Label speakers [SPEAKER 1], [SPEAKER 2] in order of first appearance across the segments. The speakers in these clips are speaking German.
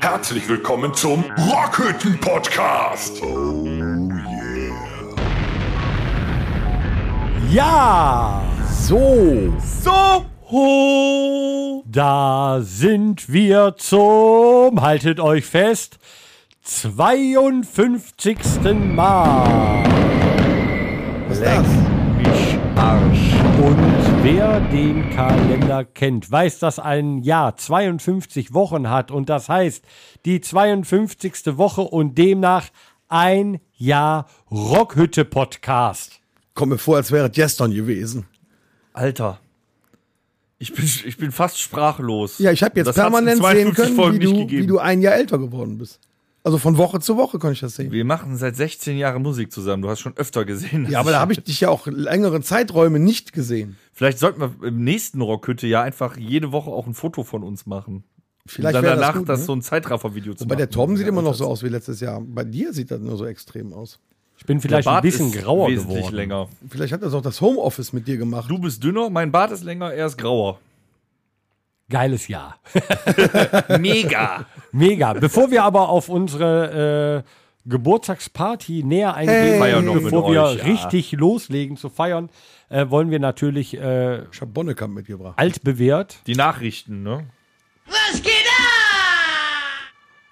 [SPEAKER 1] Herzlich willkommen zum Rockhütten Podcast. Oh yeah.
[SPEAKER 2] Ja, so,
[SPEAKER 3] So ho!
[SPEAKER 2] da sind wir zum, haltet euch fest, 52. Mal.
[SPEAKER 3] Was Leck mich Arsch.
[SPEAKER 2] Und wer den Kalender kennt, weiß, dass ein Jahr 52 Wochen hat und das heißt die 52. Woche und demnach ein Jahr Rockhütte Podcast.
[SPEAKER 4] Kommt mir vor, als wäre es gestern gewesen.
[SPEAKER 3] Alter. Ich bin, ich bin fast sprachlos.
[SPEAKER 4] Ja, ich habe jetzt
[SPEAKER 3] Das hat's in
[SPEAKER 4] permanent sehen
[SPEAKER 3] 52
[SPEAKER 4] können,
[SPEAKER 3] Folgen
[SPEAKER 4] wie
[SPEAKER 3] nicht
[SPEAKER 4] du,
[SPEAKER 3] gegeben.
[SPEAKER 4] wie du ein Jahr älter geworden bist. Also von Woche zu Woche konnte ich das sehen.
[SPEAKER 3] Wir machen seit 16 Jahren Musik zusammen. Du hast schon öfter gesehen. dass
[SPEAKER 4] Ja, aber da habe ich dich ja auch längere Zeiträume nicht gesehen.
[SPEAKER 3] Vielleicht sollten wir im nächsten Rockhütte ja einfach jede Woche auch ein Foto von uns machen.
[SPEAKER 4] Vielleicht
[SPEAKER 3] Und
[SPEAKER 4] wäre
[SPEAKER 3] dann
[SPEAKER 4] das
[SPEAKER 3] danach
[SPEAKER 4] gut,
[SPEAKER 3] das
[SPEAKER 4] ne?
[SPEAKER 3] so ein Zeitraffer-Video zu
[SPEAKER 4] Bei
[SPEAKER 3] machen.
[SPEAKER 4] der Torben sieht immer noch so aus wie letztes Jahr. Bei dir sieht das nur so extrem aus.
[SPEAKER 2] Ich bin
[SPEAKER 3] Der
[SPEAKER 2] vielleicht ein
[SPEAKER 3] Bart
[SPEAKER 2] bisschen
[SPEAKER 3] ist
[SPEAKER 2] grauer
[SPEAKER 3] wesentlich
[SPEAKER 2] geworden.
[SPEAKER 3] länger.
[SPEAKER 4] Vielleicht hat das auch das Homeoffice mit dir gemacht.
[SPEAKER 3] Du bist dünner, mein Bart ist länger, er ist grauer.
[SPEAKER 2] Geiles Jahr.
[SPEAKER 3] Mega!
[SPEAKER 2] Mega. Bevor wir aber auf unsere äh, Geburtstagsparty näher
[SPEAKER 4] Hey.
[SPEAKER 2] eingehen,
[SPEAKER 3] Feiern noch mit
[SPEAKER 2] bevor wir
[SPEAKER 3] euch, ja.
[SPEAKER 2] richtig loslegen zu feiern, äh, wollen wir natürlich äh,
[SPEAKER 4] Ich habe Bonnekamp mitgebracht.
[SPEAKER 2] altbewährt.
[SPEAKER 3] Die Nachrichten, ne?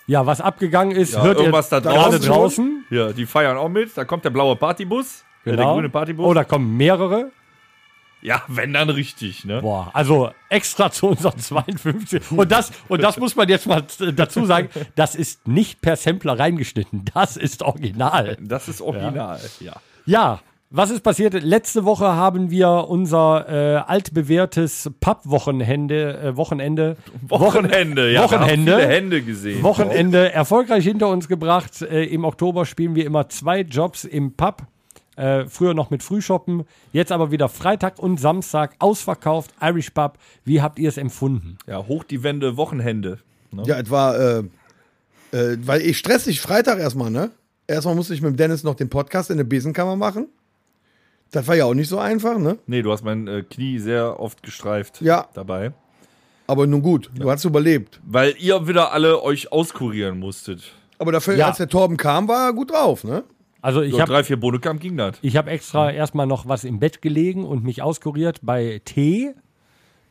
[SPEAKER 2] Ja, was abgegangen ist,
[SPEAKER 3] Ja,
[SPEAKER 2] hört ihr
[SPEAKER 3] irgendwas da
[SPEAKER 2] gerade
[SPEAKER 3] draußen schon?
[SPEAKER 2] draußen.
[SPEAKER 3] Ja, die feiern auch mit. Da kommt der blaue Partybus. Genau. Der grüne Partybus.
[SPEAKER 2] Oh, da kommen mehrere.
[SPEAKER 3] Ja, wenn dann richtig, ne?
[SPEAKER 2] Boah, also extra zu unseren 52. Und das, und das muss man jetzt mal äh, dazu sagen, das ist nicht per Sampler reingeschnitten. Das ist original.
[SPEAKER 3] Das ist original, ja.
[SPEAKER 2] Ja, was ist passiert? Letzte Woche haben wir unser äh, altbewährtes Pub-Wochenende äh, Wochenende,
[SPEAKER 3] Wochenende, ja.
[SPEAKER 2] Wochenende.
[SPEAKER 3] Wir haben viele Hände gesehen.
[SPEAKER 2] Wochenende erfolgreich hinter uns gebracht. Äh, Im Oktober spielen wir immer zwei Jobs im Pub. Äh, früher noch mit Frühshoppen, jetzt aber wieder Freitag und Samstag ausverkauft. Irish Pub, wie habt ihr es empfunden?
[SPEAKER 3] Ja, hoch die Wände, Wochenende. Ne?
[SPEAKER 4] Ja, etwa, äh, äh, weil ich stressig Freitag erstmal, ne? Erstmal musste ich mit dem Dennis noch den Podcast in der Besenkammer machen. Das war ja auch nicht so einfach, ne?
[SPEAKER 3] Nee, du hast mein äh, Knie sehr oft gestreift
[SPEAKER 4] Ja.
[SPEAKER 3] dabei.
[SPEAKER 4] Aber nun gut, du hast überlebt.
[SPEAKER 3] Weil ihr wieder alle euch auskurieren musstet.
[SPEAKER 4] Aber dafür,
[SPEAKER 2] Ja.
[SPEAKER 4] als der Torben kam, war er gut drauf, ne?
[SPEAKER 2] Also ich
[SPEAKER 3] So
[SPEAKER 2] habe
[SPEAKER 3] drei, vier Bodekamp ging das.
[SPEAKER 2] ich hab extra erstmal noch was im Bett gelegen und mich auskuriert bei Tee,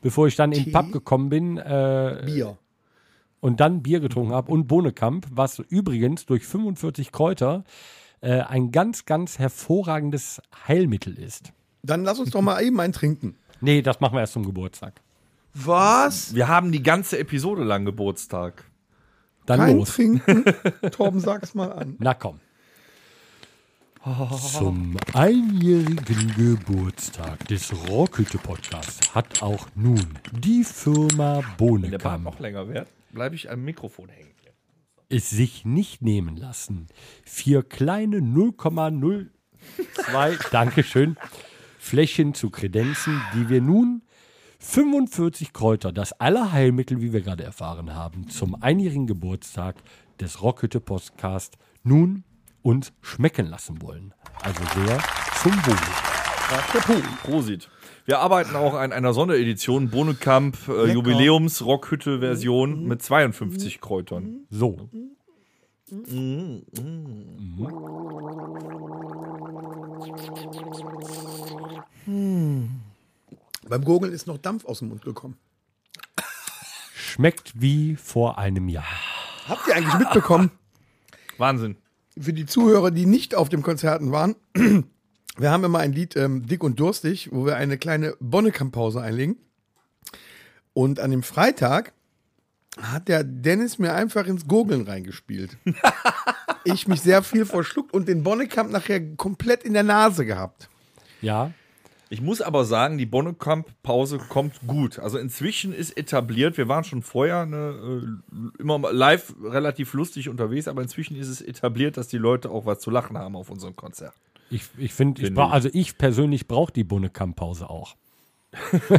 [SPEAKER 2] bevor ich dann in den
[SPEAKER 4] Tee?
[SPEAKER 2] Pub gekommen bin. Äh,
[SPEAKER 4] Bier.
[SPEAKER 2] und dann Bier
[SPEAKER 3] Mhm.
[SPEAKER 2] getrunken habe und Bohnekamp, was übrigens durch 45 Kräuter äh, ein ganz, ganz hervorragendes Heilmittel ist.
[SPEAKER 4] Dann lass uns doch mal eben einen trinken.
[SPEAKER 2] Nee, das machen wir erst zum Geburtstag.
[SPEAKER 4] Was?
[SPEAKER 3] Wir haben die ganze Episode lang Geburtstag.
[SPEAKER 2] Dann
[SPEAKER 4] Kein
[SPEAKER 2] los.
[SPEAKER 4] Trinken? Torben, sag's mal an.
[SPEAKER 2] Na komm.
[SPEAKER 3] Oh.
[SPEAKER 2] Zum einjährigen Geburtstag des Rockhütte Podcasts hat auch nun die Firma
[SPEAKER 3] Der Bart noch
[SPEAKER 2] Bohnekamp
[SPEAKER 3] länger wird, bleibe ich am Mikrofon hängen.
[SPEAKER 2] es sich nicht nehmen lassen, vier kleine 0,02 Dankeschön Flächen zu kredenzen, die wir nun 45 Kräuter, das Allerheilmittel, wie wir gerade erfahren haben, zum einjährigen Geburtstag des Rockhütte Podcast nun uns schmecken lassen wollen. Also sehr zum Wohl.
[SPEAKER 3] Prosit. Wir arbeiten auch an einer Sonderedition Bonekamp äh, Jubiläums Rockhütte Version mit 52 Kräutern.
[SPEAKER 2] So,
[SPEAKER 4] Beim Gurgeln ist noch Dampf aus dem Mund gekommen.
[SPEAKER 2] schmeckt wie vor einem Jahr.
[SPEAKER 4] Habt ihr eigentlich mitbekommen,
[SPEAKER 3] Wahnsinn.
[SPEAKER 4] für die Zuhörer, die nicht auf dem Konzerten waren, wir haben immer ein Lied ähm, Dick und Durstig, wo wir eine kleine Bonnekamp-Pause einlegen. Und an dem Freitag hat der Dennis mir einfach ins Gurgeln reingespielt. ich mich sehr viel verschluckt und den Bonnekamp nachher komplett in der Nase gehabt.
[SPEAKER 2] Ja,
[SPEAKER 3] Ich muss aber sagen, die Bonnekamp-Pause kommt gut. Also inzwischen ist etabliert, wir waren schon vorher ne, äh, immer mal live relativ lustig unterwegs, aber inzwischen ist es etabliert, dass die Leute auch was zu lachen haben auf unserem Konzert.
[SPEAKER 2] ich, ich finde, ich
[SPEAKER 3] Finde
[SPEAKER 2] bra-
[SPEAKER 3] ich.
[SPEAKER 2] also ich persönlich brauche die Bohnekamp-Pause auch.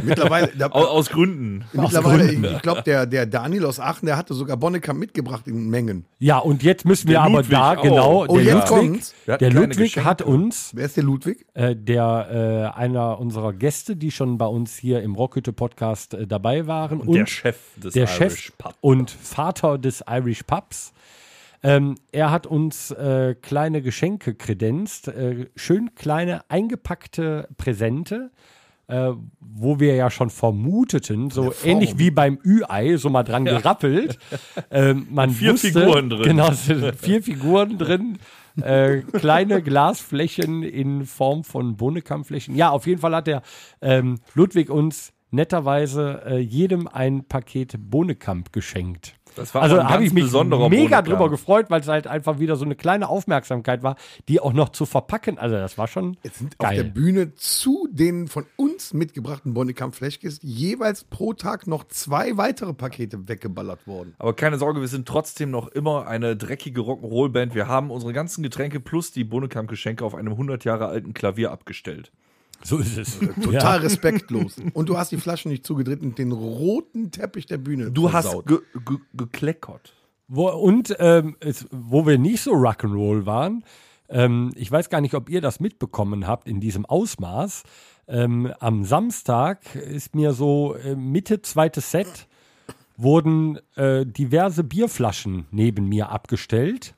[SPEAKER 4] Mittlerweile, da,
[SPEAKER 3] Aus, aus Gründen.
[SPEAKER 4] mittlerweile ich, ich glaube, der, der Daniel aus Aachen, der hatte sogar Bonnekamp mitgebracht in Mengen.
[SPEAKER 2] Ja, und jetzt müssen wir
[SPEAKER 3] Der
[SPEAKER 2] aber
[SPEAKER 3] Ludwig
[SPEAKER 2] da,
[SPEAKER 3] auch.
[SPEAKER 2] genau,
[SPEAKER 3] Oh,
[SPEAKER 2] der Ludwig,
[SPEAKER 4] jetzt kommt's.
[SPEAKER 3] Wir hatten
[SPEAKER 2] der
[SPEAKER 3] kleine
[SPEAKER 2] Ludwig
[SPEAKER 3] Geschenke.
[SPEAKER 2] hat uns,
[SPEAKER 4] Wer ist der Ludwig?
[SPEAKER 2] äh, der äh, einer unserer Gäste, die schon bei uns hier im Rockhütte-Podcast äh, dabei waren und,
[SPEAKER 3] der Chef des
[SPEAKER 2] der
[SPEAKER 3] Irish
[SPEAKER 2] Chef
[SPEAKER 3] Pub.
[SPEAKER 2] und Vater des Irish Pubs. Ähm, er hat uns äh, kleine Geschenke kredenzt, äh, schön kleine eingepackte Präsente, äh, wo wir ja schon vermuteten, so ähnlich wie beim Ü-Ei, so mal dran gerappelt. Ähm, man
[SPEAKER 3] Vier
[SPEAKER 2] wusste,
[SPEAKER 3] Figuren drin.
[SPEAKER 2] Genau, es sind vier Figuren drin. Äh, kleine Glasflächen in Form von Bohnekammflächen. Ja, auf jeden Fall hat der ähm, Ludwig uns netterweise äh, jedem ein Paket Bohnekamp geschenkt.
[SPEAKER 3] Das war
[SPEAKER 2] also
[SPEAKER 3] auch ein
[SPEAKER 2] habe
[SPEAKER 3] ganz
[SPEAKER 2] ich mich
[SPEAKER 3] besonderer
[SPEAKER 2] mega
[SPEAKER 3] Bohnekamp.
[SPEAKER 2] drüber gefreut, weil es halt einfach wieder so eine kleine Aufmerksamkeit war, die auch noch zu verpacken. Also das war schon
[SPEAKER 4] Jetzt sind auf der
[SPEAKER 2] geil.
[SPEAKER 4] Bühne zu den von uns mitgebrachten Bonnekamp-Flashkisten jeweils pro Tag noch zwei weitere Pakete weggeballert worden.
[SPEAKER 3] Aber keine Sorge, wir sind trotzdem noch immer eine dreckige Rock'n'Roll-Band. Wir haben unsere ganzen Getränke plus die Bonekamp-Geschenke auf einem 100 Jahre alten Klavier abgestellt.
[SPEAKER 2] So ist es.
[SPEAKER 4] Total
[SPEAKER 2] Ja.
[SPEAKER 4] respektlos. Und du hast die Flaschen nicht zugedreht und den roten Teppich der Bühne.
[SPEAKER 3] Du hast
[SPEAKER 4] versaut.
[SPEAKER 3] ge ge gekleckert.
[SPEAKER 2] Wo, und ähm, es, wo wir nicht so Rock'n'Roll waren, ähm, ich weiß gar nicht, ob ihr das mitbekommen habt in diesem Ausmaß. Ähm, am Samstag ist mir so äh, Mitte zweites Set wurden äh, diverse Bierflaschen neben mir abgestellt.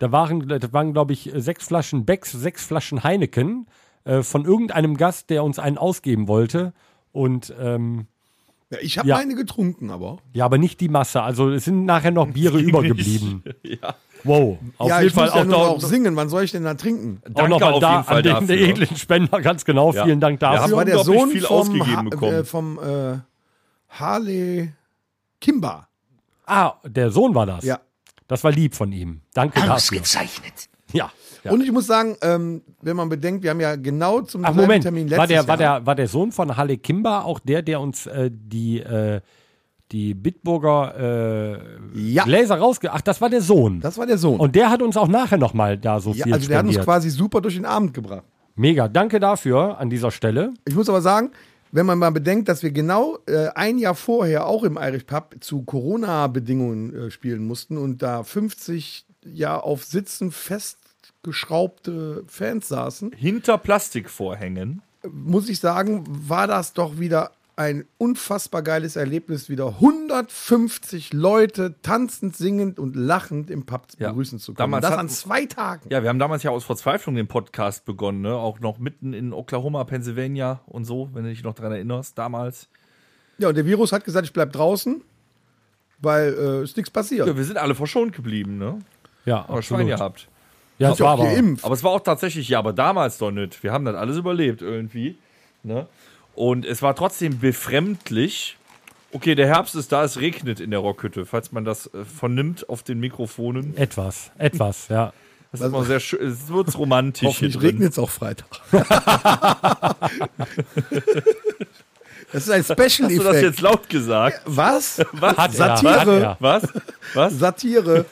[SPEAKER 2] Da waren, da waren glaube ich, sechs Flaschen Becks, sechs Flaschen Heineken äh, von irgendeinem Gast, der uns einen ausgeben wollte. Und ähm,
[SPEAKER 4] Ja, ich habe
[SPEAKER 2] Ja.
[SPEAKER 4] meine getrunken, aber.
[SPEAKER 2] ja, aber nicht die Masse. Also es sind nachher noch Biere übergeblieben.
[SPEAKER 3] Ja.
[SPEAKER 2] Wow, auf
[SPEAKER 4] ja,
[SPEAKER 2] jeden
[SPEAKER 4] ich
[SPEAKER 2] Fall
[SPEAKER 4] muss ja
[SPEAKER 2] auch,
[SPEAKER 4] nur
[SPEAKER 2] da,
[SPEAKER 4] noch singen. Wann soll ich denn da trinken?
[SPEAKER 2] auch
[SPEAKER 3] Danke
[SPEAKER 2] noch mal
[SPEAKER 3] auf
[SPEAKER 2] da
[SPEAKER 3] jeden Fall
[SPEAKER 2] an den
[SPEAKER 3] dafür.
[SPEAKER 2] edlen Spender, ganz genau.
[SPEAKER 3] Ja.
[SPEAKER 2] Vielen Dank
[SPEAKER 3] Wir
[SPEAKER 4] Das
[SPEAKER 2] dafür.
[SPEAKER 3] haben-
[SPEAKER 4] war der
[SPEAKER 3] unglaublich
[SPEAKER 4] Sohn
[SPEAKER 3] viel
[SPEAKER 4] vom,
[SPEAKER 3] ausgegeben
[SPEAKER 4] Ha-
[SPEAKER 3] bekommen.
[SPEAKER 4] äh, vom äh, Harley Kimba.
[SPEAKER 2] Ah, der Sohn war das.
[SPEAKER 4] Ja.
[SPEAKER 2] Das war lieb von ihm. Danke dafür.
[SPEAKER 5] Ausgezeichnet.
[SPEAKER 2] Ja. ja.
[SPEAKER 4] Und ich muss sagen, ähm, wenn man bedenkt, wir haben ja genau zum
[SPEAKER 2] Ach,
[SPEAKER 4] selben
[SPEAKER 2] Moment,
[SPEAKER 4] Termin
[SPEAKER 2] war der,
[SPEAKER 4] letztes
[SPEAKER 2] war,
[SPEAKER 4] Jahr-
[SPEAKER 2] der, war der Sohn von Halle Kimba auch der, der uns äh, die, äh, die Bitburger äh,
[SPEAKER 4] Ja,
[SPEAKER 2] Gläser rausge... Ach, das war der Sohn.
[SPEAKER 4] das war der Sohn.
[SPEAKER 2] Und der hat uns auch nachher nochmal da so
[SPEAKER 4] ja,
[SPEAKER 2] viel
[SPEAKER 4] also der hat uns
[SPEAKER 2] spendiert.
[SPEAKER 4] quasi super durch den Abend gebracht.
[SPEAKER 2] Mega, danke dafür an dieser Stelle.
[SPEAKER 4] Ich muss aber sagen, wenn man mal bedenkt, dass wir genau äh, ein Jahr vorher auch im Irish Pub zu Corona-Bedingungen äh, spielen mussten und da 50 ja auf Sitzen festgeschraubte Fans saßen,
[SPEAKER 3] Hinter Plastikvorhängen.
[SPEAKER 4] muss ich sagen, war das doch wieder ein unfassbar geiles Erlebnis, wieder 150 Leute tanzend, singend und lachend im Pub
[SPEAKER 3] Ja.
[SPEAKER 4] begrüßen zu können.
[SPEAKER 3] Damals
[SPEAKER 4] das
[SPEAKER 3] hatten-
[SPEAKER 4] an zwei Tagen.
[SPEAKER 3] Ja, wir haben damals ja aus Verzweiflung den Podcast begonnen, ne? Auch noch mitten in Oklahoma, Pennsylvania und so, wenn du dich noch dran erinnerst, damals.
[SPEAKER 4] Ja, und der Virus hat gesagt, ich bleib draußen, weil äh, ist nichts passiert.
[SPEAKER 3] Ja, wir sind alle verschont geblieben, ne?
[SPEAKER 2] Ja,
[SPEAKER 3] Aber Schwein gehabt.
[SPEAKER 2] Ja, das
[SPEAKER 4] Ich hab
[SPEAKER 2] war aber...
[SPEAKER 4] geimpft.
[SPEAKER 3] Aber es war auch tatsächlich, ja, aber damals doch nicht. Wir haben das alles überlebt irgendwie. Ne? Und es war trotzdem befremdlich. Okay, der Herbst ist da, es regnet in der Rockhütte, falls man das äh, vernimmt auf den Mikrofonen.
[SPEAKER 2] Etwas, etwas, ja.
[SPEAKER 3] Das ist immer sehr schön, es wird romantisch hier
[SPEAKER 4] Hoffentlich
[SPEAKER 3] drin.
[SPEAKER 4] regnet es auch Freitag. das ist ein Special
[SPEAKER 3] Hast du das jetzt
[SPEAKER 4] Effekt.
[SPEAKER 3] laut gesagt?
[SPEAKER 4] Was?
[SPEAKER 3] Was?
[SPEAKER 2] Hat er,
[SPEAKER 4] Satire.
[SPEAKER 2] Hat er.
[SPEAKER 3] Was? Was?
[SPEAKER 4] Satire.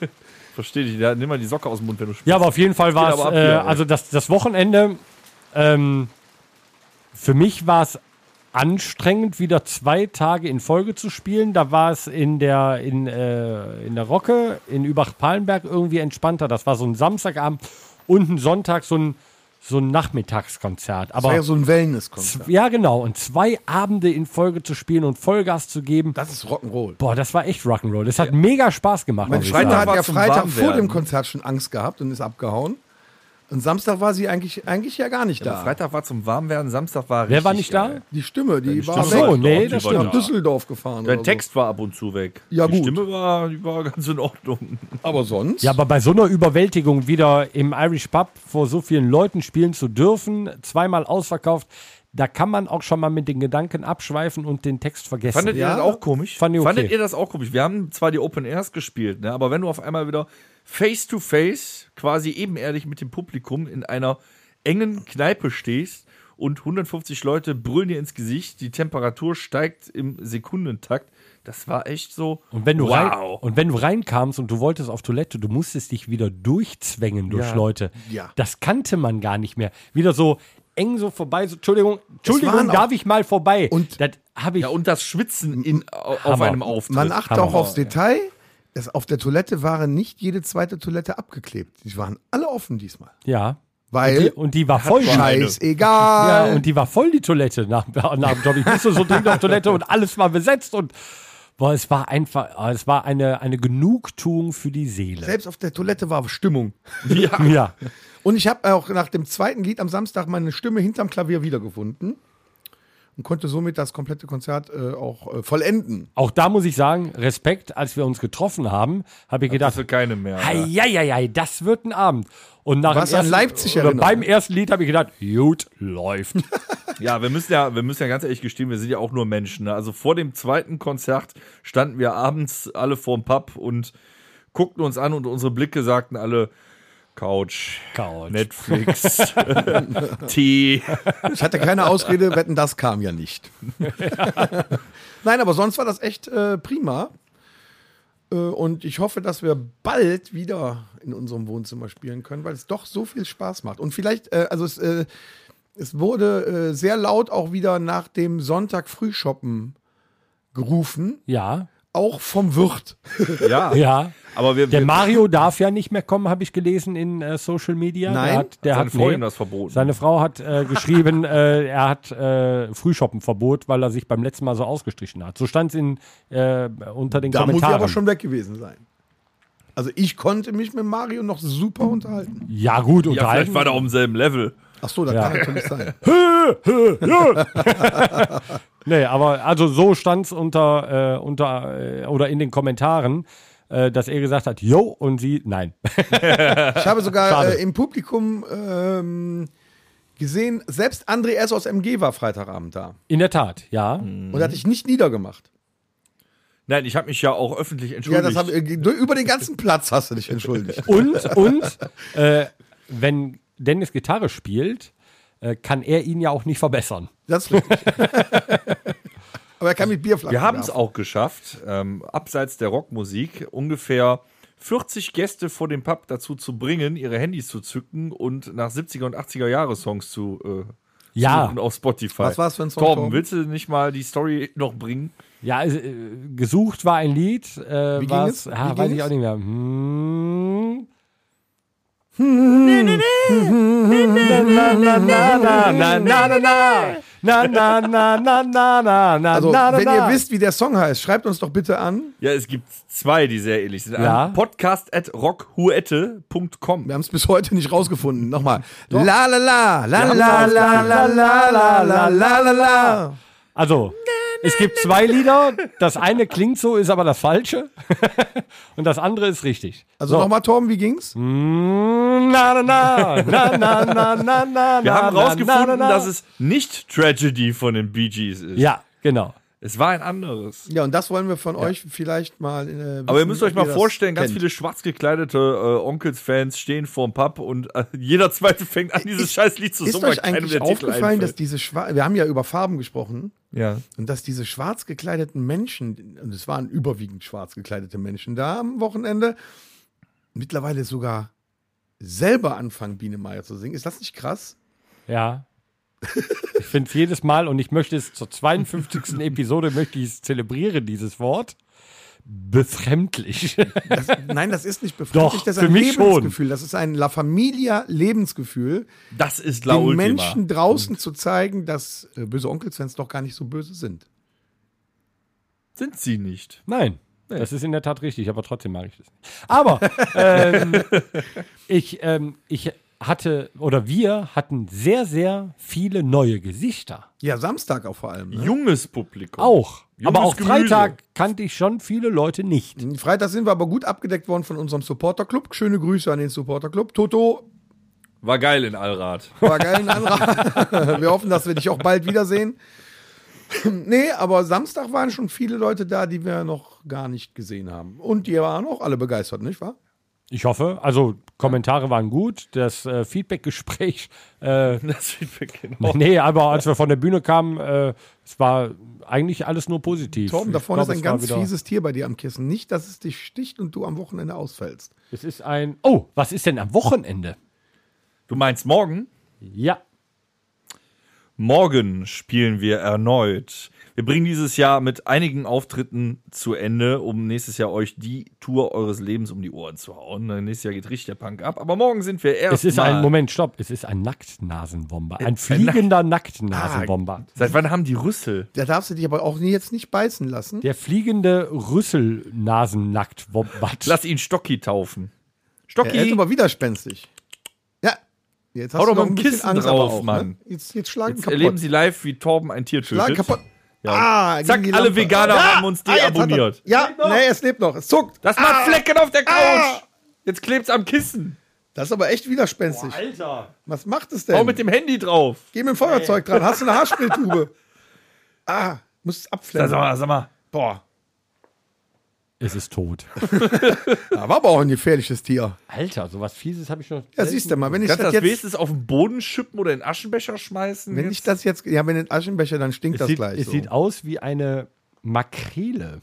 [SPEAKER 3] Verstehe dich. Ja, nimm mal die Socke aus dem Mund, wenn du
[SPEAKER 2] Ja, aber auf jeden Fall war
[SPEAKER 3] Geht
[SPEAKER 2] es,
[SPEAKER 3] aber ab
[SPEAKER 2] äh,
[SPEAKER 3] hier, ey.
[SPEAKER 2] also das, das Wochenende, ähm, für mich war es anstrengend, wieder zwei Tage in Folge zu spielen. Da war es in der, in, äh, in der Rocke, in Übach-Palenberg irgendwie entspannter. Das war so ein Samstagabend und ein Sonntag, so ein, so ein Nachmittagskonzert.
[SPEAKER 4] Das war
[SPEAKER 2] Aber
[SPEAKER 4] ja so ein Wellness-Konzert.
[SPEAKER 2] ja, genau. Und zwei Abende in Folge zu spielen und Vollgas zu geben,
[SPEAKER 4] Das ist Rock'n'Roll.
[SPEAKER 2] boah, das war echt Rock'n'Roll. Das hat mega Spaß gemacht.
[SPEAKER 4] Mein
[SPEAKER 2] muss ich
[SPEAKER 4] Schreiner
[SPEAKER 2] sagen.
[SPEAKER 4] hat
[SPEAKER 3] war
[SPEAKER 4] ja
[SPEAKER 3] zum
[SPEAKER 4] Freitag vor
[SPEAKER 3] Warmwerden.
[SPEAKER 4] dem Konzert schon Angst gehabt und ist abgehauen. Und Samstag war sie eigentlich, eigentlich ja gar nicht da.
[SPEAKER 3] Freitag war zum Warmwerden, Samstag war
[SPEAKER 2] Wer war nicht
[SPEAKER 3] richtig äh,
[SPEAKER 2] da?
[SPEAKER 3] geil.
[SPEAKER 4] Die Stimme, die, war
[SPEAKER 2] Ach so,
[SPEAKER 4] weg.
[SPEAKER 2] nee,
[SPEAKER 3] Die
[SPEAKER 2] das
[SPEAKER 3] war
[SPEAKER 4] nach
[SPEAKER 2] stimmt.
[SPEAKER 3] da.
[SPEAKER 4] Düsseldorf gefahren.
[SPEAKER 3] Der
[SPEAKER 4] oder
[SPEAKER 3] Text war ab und zu weg.
[SPEAKER 4] Ja,
[SPEAKER 3] die
[SPEAKER 4] gut.
[SPEAKER 3] Stimme war, die war ganz in Ordnung.
[SPEAKER 4] So. Aber sonst?
[SPEAKER 2] Ja, aber bei so einer Überwältigung wieder im Irish Pub vor so vielen Leuten spielen zu dürfen, zweimal ausverkauft, da kann man auch schon mal mit den Gedanken abschweifen und den Text vergessen.
[SPEAKER 3] Fandet
[SPEAKER 4] Ja.
[SPEAKER 3] ihr das auch komisch?
[SPEAKER 2] Fand ich okay.
[SPEAKER 3] Fandet ihr das auch komisch? Wir haben zwar die Open Airs gespielt, ne, aber wenn du auf einmal wieder face to face, quasi ebenerdig mit dem Publikum in einer engen Kneipe stehst und 150 Leute brüllen dir ins Gesicht, die Temperatur steigt im Sekundentakt, das war echt so.
[SPEAKER 2] und wenn, du halt- rein,
[SPEAKER 3] wow.
[SPEAKER 2] und wenn du reinkamst und du wolltest auf Toilette, du musstest dich wieder durchzwängen durch
[SPEAKER 3] Ja.
[SPEAKER 2] Leute.
[SPEAKER 4] Ja.
[SPEAKER 2] Das kannte man gar nicht mehr. Wieder so eng so vorbei. So, Entschuldigung, Entschuldigung,
[SPEAKER 4] waren auch-
[SPEAKER 2] darf ich mal vorbei?
[SPEAKER 4] Und-
[SPEAKER 2] das habe ich.
[SPEAKER 3] Ja, und das Schwitzen in, au- auf
[SPEAKER 2] Hammer.
[SPEAKER 3] einem Auftritt.
[SPEAKER 4] Man achtet
[SPEAKER 2] Hammer.
[SPEAKER 4] auch aufs Detail. Es, auf der Toilette waren nicht jede zweite Toilette abgeklebt. Die waren alle offen diesmal.
[SPEAKER 2] ja. Die,
[SPEAKER 4] Weil,
[SPEAKER 2] und die war voll.
[SPEAKER 4] scheißegal.
[SPEAKER 2] Ja, und die war voll die Toilette nach, nach dem Job. Ich musste so dringend auf Toilette und alles war besetzt und boah, es war einfach, ah, es war eine, eine Genugtuung für die Seele.
[SPEAKER 4] Selbst auf der Toilette war Stimmung.
[SPEAKER 2] Ja. ja.
[SPEAKER 4] Und ich habe auch nach dem zweiten Lied am Samstag meine Stimme hinterm Klavier wiedergefunden und konnte somit das komplette Konzert äh, auch äh, vollenden.
[SPEAKER 2] Auch da muss ich sagen, Respekt, als wir uns getroffen haben, habe ich gedacht,
[SPEAKER 3] Dafür keine mehr.
[SPEAKER 2] hei, hei, hei, hei, das wird ein Abend. Und nach
[SPEAKER 4] Was
[SPEAKER 2] dem
[SPEAKER 4] an
[SPEAKER 2] ersten,
[SPEAKER 4] Leipzig
[SPEAKER 2] oder
[SPEAKER 4] erinnert.
[SPEAKER 2] beim ersten Lied habe ich gedacht, gut, läuft.
[SPEAKER 3] Ja, wir müssen ja, wir müssen ja ganz ehrlich gestehen, wir sind ja auch nur Menschen. Ne? Also vor dem zweiten Konzert standen wir abends alle vorm Pub und guckten uns an und unsere Blicke sagten alle Couch,
[SPEAKER 2] Couch.
[SPEAKER 3] Netflix, Tee.
[SPEAKER 4] Ich hatte keine Ausrede, wetten, das kam ja nicht. Nein, aber sonst war das echt äh, prima. Äh, und ich hoffe, dass wir bald wieder in unserem Wohnzimmer spielen können, weil es doch so viel Spaß macht. Und vielleicht, äh, also es, äh, es wurde äh, sehr laut auch wieder nach dem Sonntag Frühshoppen gerufen,
[SPEAKER 2] Ja,
[SPEAKER 4] auch vom Wirt.
[SPEAKER 3] Ja,
[SPEAKER 2] ja.
[SPEAKER 3] aber wir,
[SPEAKER 2] Der
[SPEAKER 3] wir
[SPEAKER 2] Mario darf ja nicht mehr kommen, habe ich gelesen in äh, Social Media.
[SPEAKER 4] Nein.
[SPEAKER 2] der hat, der
[SPEAKER 3] seine
[SPEAKER 2] hat
[SPEAKER 3] Freundin
[SPEAKER 2] nee.
[SPEAKER 3] das verboten.
[SPEAKER 2] Seine Frau hat äh, geschrieben, äh, er hat äh, Frühschoppenverbot, weil er sich beim letzten Mal so ausgestrichen hat. So stand es äh, unter den
[SPEAKER 4] Da muss ich
[SPEAKER 2] Kommentaren.
[SPEAKER 4] aber schon weg gewesen sein. Also ich konnte mich mit Mario noch super unterhalten.
[SPEAKER 2] ja gut,
[SPEAKER 3] ja, vielleicht
[SPEAKER 2] unterhalten.
[SPEAKER 3] war der auf demselben Level.
[SPEAKER 4] Ach so, das
[SPEAKER 2] Ja.
[SPEAKER 4] kann natürlich sein.
[SPEAKER 2] nee, aber also so stand es unter, äh, unter äh, oder in den Kommentaren, äh, dass er gesagt hat, yo, und sie, nein.
[SPEAKER 4] Ich habe sogar
[SPEAKER 2] Schade.
[SPEAKER 4] äh, im Publikum ähm, gesehen, selbst André S. aus MG war Freitagabend da.
[SPEAKER 2] In der Tat, ja.
[SPEAKER 4] Und
[SPEAKER 3] Mhm.
[SPEAKER 4] hat dich nicht niedergemacht.
[SPEAKER 3] Nein, ich habe mich ja auch öffentlich
[SPEAKER 4] Ja,
[SPEAKER 3] entschuldigt.
[SPEAKER 4] das hab, äh, über den ganzen Platz hast du dich entschuldigt.
[SPEAKER 2] Und, und äh, wenn Dennis Gitarre spielt, äh, kann er ihn ja auch nicht verbessern.
[SPEAKER 4] Das ist richtig. Aber er kann mit Bierflaschen.
[SPEAKER 3] Wir haben es
[SPEAKER 4] werfen.
[SPEAKER 3] auch geschafft, ähm, abseits der Rockmusik ungefähr 40 Gäste vor dem Pub dazu zu bringen, ihre Handys zu zücken und nach 70er und 80er Jahre Songs zu äh,
[SPEAKER 2] Ja.
[SPEAKER 3] suchen auf Spotify.
[SPEAKER 4] Was war's für ein Song,
[SPEAKER 3] Torben,
[SPEAKER 4] Torben?
[SPEAKER 3] willst du nicht mal die Story noch bringen?
[SPEAKER 2] Ja, es, äh, gesucht war ein Lied. Äh,
[SPEAKER 4] Wie ging
[SPEAKER 2] was,
[SPEAKER 4] es? Wie
[SPEAKER 2] Ah,
[SPEAKER 4] ging
[SPEAKER 2] weiß ich
[SPEAKER 4] es?
[SPEAKER 2] auch nicht mehr. Hm. Also,
[SPEAKER 4] Also, wenn ihr wisst, wie der Song heißt, schreibt uns doch bitte an.
[SPEAKER 3] Ja, es gibt zwei, die sehr ähnlich sind.
[SPEAKER 2] Ja.
[SPEAKER 3] Podcast at rockhuette.com.
[SPEAKER 4] Wir haben es bis heute nicht rausgefunden. Nochmal. La la la, la la la la la la la la la la.
[SPEAKER 2] Also, es gibt zwei Lieder. Das eine klingt so, ist aber das falsche. Und das andere ist richtig.
[SPEAKER 4] Also nochmal, Torben, wie ging's?
[SPEAKER 3] Hm.
[SPEAKER 2] Na, na, na, na, na, na, na, na,
[SPEAKER 3] Wir haben
[SPEAKER 2] na, na,
[SPEAKER 3] rausgefunden,
[SPEAKER 2] na.
[SPEAKER 3] dass es nicht Tragedy von den Bee Gees ist.
[SPEAKER 2] Ja, genau.
[SPEAKER 3] Es war ein anderes.
[SPEAKER 4] Ja, und das wollen wir von euch vielleicht mal. Äh, wissen,
[SPEAKER 3] Aber ihr müsst euch
[SPEAKER 4] ob
[SPEAKER 3] mal
[SPEAKER 4] das
[SPEAKER 3] vorstellen, ganz
[SPEAKER 4] kennt.
[SPEAKER 3] viele schwarz gekleidete äh, Onkels-Fans stehen vorm Pub und äh, jeder zweite fängt an, dieses
[SPEAKER 4] Ist-
[SPEAKER 3] scheiß Lied zu
[SPEAKER 4] Ist
[SPEAKER 3] summen. weil
[SPEAKER 4] euch
[SPEAKER 3] keinem
[SPEAKER 4] eigentlich
[SPEAKER 3] der Titel
[SPEAKER 4] aufgefallen, dass
[SPEAKER 3] einfällt.
[SPEAKER 4] diese Schwa wir haben ja über Farben gesprochen
[SPEAKER 3] Ja.
[SPEAKER 4] und dass diese schwarz gekleideten Menschen, und es waren überwiegend schwarz gekleidete Menschen da am Wochenende, mittlerweile sogar selber anfangen, Biene Meier zu singen. Ist das nicht krass?
[SPEAKER 2] Ja. Ich finde es jedes Mal und ich möchte es zur 52. Episode, möchte ich es zelebrieren, dieses Wort. Befremdlich.
[SPEAKER 4] Das, nein, das ist nicht befremdlich.
[SPEAKER 2] Doch,
[SPEAKER 4] das
[SPEAKER 2] für
[SPEAKER 4] ein
[SPEAKER 2] mich schon.
[SPEAKER 4] Lebensgefühl. Das ist ein La Familia Lebensgefühl,
[SPEAKER 3] Das ist La
[SPEAKER 4] den
[SPEAKER 3] Ultima.
[SPEAKER 4] Menschen draußen zu zeigen, dass äh, böse Onkelsfans doch gar nicht so böse sind.
[SPEAKER 3] Sind sie nicht.
[SPEAKER 2] Nein, das ist in der Tat richtig, aber trotzdem mag ich das nicht. Aber ähm, ich, ähm, ich hatte oder wir hatten sehr, sehr viele neue Gesichter.
[SPEAKER 4] Ja, Samstag auch vor allem. Ne?
[SPEAKER 3] Junges Publikum.
[SPEAKER 2] Auch.
[SPEAKER 3] Oh, Junges
[SPEAKER 2] aber auch
[SPEAKER 3] Gemüse.
[SPEAKER 2] Freitag kannte ich schon viele Leute nicht.
[SPEAKER 4] Freitag sind wir aber gut abgedeckt worden von unserem Supporterclub. Schöne Grüße an den Supporterclub. Toto,
[SPEAKER 3] War geil in Allrad.
[SPEAKER 4] war geil ein Anrat. Wir hoffen, dass wir dich auch bald wiedersehen. Nee, aber Samstag waren schon viele Leute da, die wir noch gar nicht gesehen haben. Und die waren auch alle begeistert, nicht wahr?
[SPEAKER 2] Ich hoffe. Also, Kommentare waren gut. Das äh, Feedbackgespräch äh,
[SPEAKER 3] Das Feedback, genau.
[SPEAKER 2] Nee, aber als wir von der Bühne kamen, äh, es war eigentlich alles nur positiv.
[SPEAKER 4] Torben, da
[SPEAKER 2] Ich
[SPEAKER 4] vorne
[SPEAKER 2] glaub,
[SPEAKER 4] ist ein
[SPEAKER 2] es war
[SPEAKER 4] ganz
[SPEAKER 2] wieder-
[SPEAKER 4] fieses Tier bei dir am Kissen. Nicht, dass es dich sticht und du am Wochenende ausfällst.
[SPEAKER 2] Es ist ein. Oh, was ist denn am Wochenende?
[SPEAKER 3] Du meinst morgen?
[SPEAKER 2] Ja.
[SPEAKER 3] Morgen spielen wir erneut. Wir bringen dieses Jahr mit einigen Auftritten zu Ende, um nächstes Jahr euch die Tour eures Lebens um die Ohren zu hauen. Nächstes Jahr geht richtig der Punk ab. Aber morgen sind wir erst.
[SPEAKER 2] Es ist
[SPEAKER 3] mal-
[SPEAKER 2] ein, Moment, stopp, es ist ein Nacktnasenbomber. Ein fliegender Nacktnasenbomber.
[SPEAKER 3] Seit wann haben die Rüssel?
[SPEAKER 4] Da darfst du dich aber auch nie- jetzt nicht beißen lassen.
[SPEAKER 2] Der fliegende Rüsselnasennacktwombat.
[SPEAKER 3] Lass ihn Stocki taufen.
[SPEAKER 4] Er ist
[SPEAKER 3] Stocki,
[SPEAKER 4] aber widerspenstig. Ja. Jetzt hast
[SPEAKER 3] Hau doch
[SPEAKER 4] noch
[SPEAKER 3] mal ein
[SPEAKER 4] bisschen
[SPEAKER 3] Kissen
[SPEAKER 4] aber
[SPEAKER 3] drauf,
[SPEAKER 4] ne?
[SPEAKER 3] Mann.
[SPEAKER 4] Jetzt, jetzt schlagen
[SPEAKER 3] jetzt
[SPEAKER 4] kaputt.
[SPEAKER 3] erleben sie live, wie Torben ein Tier
[SPEAKER 4] schlagen
[SPEAKER 3] tötet.
[SPEAKER 4] kaputt. Ah,
[SPEAKER 3] Ja.
[SPEAKER 4] gegen
[SPEAKER 3] Zack,
[SPEAKER 4] die
[SPEAKER 3] alle
[SPEAKER 4] Lampe.
[SPEAKER 3] Veganer
[SPEAKER 4] Ja,
[SPEAKER 3] haben uns
[SPEAKER 4] ah, jetzt hat er-
[SPEAKER 3] deabonniert.
[SPEAKER 4] Ja, nee, es lebt noch. Es zuckt. Ah!
[SPEAKER 3] Das macht Flecken auf der Couch. Jetzt klebt's am Kissen.
[SPEAKER 4] Das ist aber echt widerspenstig.
[SPEAKER 2] Alter.
[SPEAKER 4] Was macht es
[SPEAKER 3] Hau
[SPEAKER 4] denn?
[SPEAKER 3] mit dem Handy drauf.
[SPEAKER 4] Geh mit dem Feuerzeug dran. Hast du eine Haarspraytube? ah, musst es
[SPEAKER 3] Sag
[SPEAKER 4] abflennen.
[SPEAKER 3] mal, sag mal.
[SPEAKER 4] Boah,
[SPEAKER 2] Es ist tot.
[SPEAKER 4] da war aber auch ein gefährliches Tier.
[SPEAKER 2] Alter, sowas Fieses habe ich noch.
[SPEAKER 4] Ja, siehst du mal, wenn ich
[SPEAKER 3] Kannst
[SPEAKER 4] das
[SPEAKER 3] das
[SPEAKER 4] jetzt,
[SPEAKER 3] wenigstens auf den Boden schippen oder in den Aschenbecher schmeißen?
[SPEAKER 4] wenn
[SPEAKER 3] Jetzt-
[SPEAKER 4] ich das jetzt, ja, wenn den Aschenbecher, dann stinkt
[SPEAKER 2] es
[SPEAKER 4] das
[SPEAKER 2] sieht,
[SPEAKER 4] gleich.
[SPEAKER 2] es
[SPEAKER 4] so.
[SPEAKER 2] sieht aus wie eine Makrele.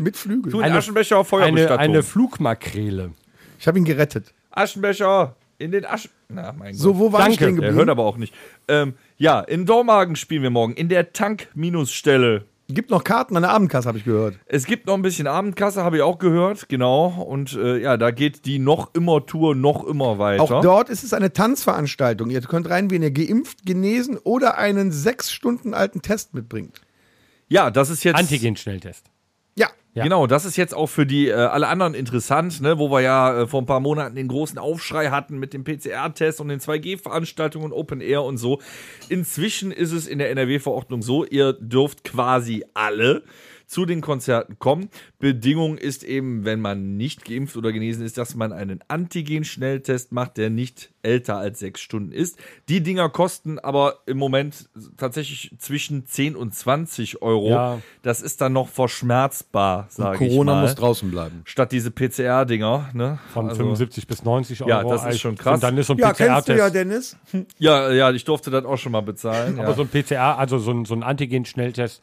[SPEAKER 4] mit Flügeln.
[SPEAKER 3] tu den
[SPEAKER 2] eine-
[SPEAKER 3] Aschenbecher auf
[SPEAKER 2] Eine,
[SPEAKER 3] Feuerbestattung.
[SPEAKER 2] eine Flugmakrele.
[SPEAKER 4] Ich habe ihn gerettet.
[SPEAKER 3] Aschenbecher in den Aschen. Na, mein
[SPEAKER 4] So,
[SPEAKER 3] Gott.
[SPEAKER 4] wo war ich
[SPEAKER 2] Danke,
[SPEAKER 4] stehen
[SPEAKER 3] Der
[SPEAKER 4] geblieben?
[SPEAKER 3] hört aber auch nicht. Ähm, ja, in Dormagen spielen wir morgen. In der Tank-Stelle.
[SPEAKER 4] Gibt noch Karten an der Abendkasse, habe ich gehört.
[SPEAKER 3] Es gibt noch ein bisschen Abendkasse, habe ich auch gehört, genau. Und äh, ja, da geht die noch immer Tour noch immer
[SPEAKER 4] Auch
[SPEAKER 3] weiter.
[SPEAKER 4] dort ist es eine Tanzveranstaltung. Ihr könnt rein, wenn ihr geimpft, genesen oder einen sechs Stunden alten Test mitbringt.
[SPEAKER 3] ja, das ist jetzt
[SPEAKER 2] Antigen-Schnelltest.
[SPEAKER 4] Ja,
[SPEAKER 2] Ja.
[SPEAKER 3] Genau, das ist jetzt auch für die äh, alle anderen interessant, ne, wo wir ja äh, vor ein paar Monaten den großen Aufschrei hatten mit dem PCR-Test und den 2G-Veranstaltungen und Open Air und so. Inzwischen ist es in der NRW-Verordnung so, ihr dürft quasi alle zu den Konzerten kommen. Bedingung ist eben, wenn man nicht geimpft oder genesen ist, dass man einen Antigen-Schnelltest macht, der nicht älter als sechs Stunden ist. Die Dinger kosten aber im Moment tatsächlich zwischen 10 und 20 Euro.
[SPEAKER 2] Ja.
[SPEAKER 3] Das ist dann noch verschmerzbar, sage ich
[SPEAKER 4] Corona
[SPEAKER 3] mal.
[SPEAKER 4] muss draußen bleiben.
[SPEAKER 3] Statt diese PCR-Dinger, ne?
[SPEAKER 2] Von
[SPEAKER 3] Also-
[SPEAKER 2] 75 bis 90 Euro.
[SPEAKER 3] Ja, das ist
[SPEAKER 2] Also,
[SPEAKER 3] schon krass.
[SPEAKER 2] Und dann ist so ein
[SPEAKER 4] kennst du ja,
[SPEAKER 2] PCR-Test.
[SPEAKER 4] Dennis.
[SPEAKER 3] Ja, ja, ich durfte das auch schon mal bezahlen.
[SPEAKER 2] Aber
[SPEAKER 3] Ja,
[SPEAKER 2] so ein PCR, also so ein, so ein Antigen-Schnelltest,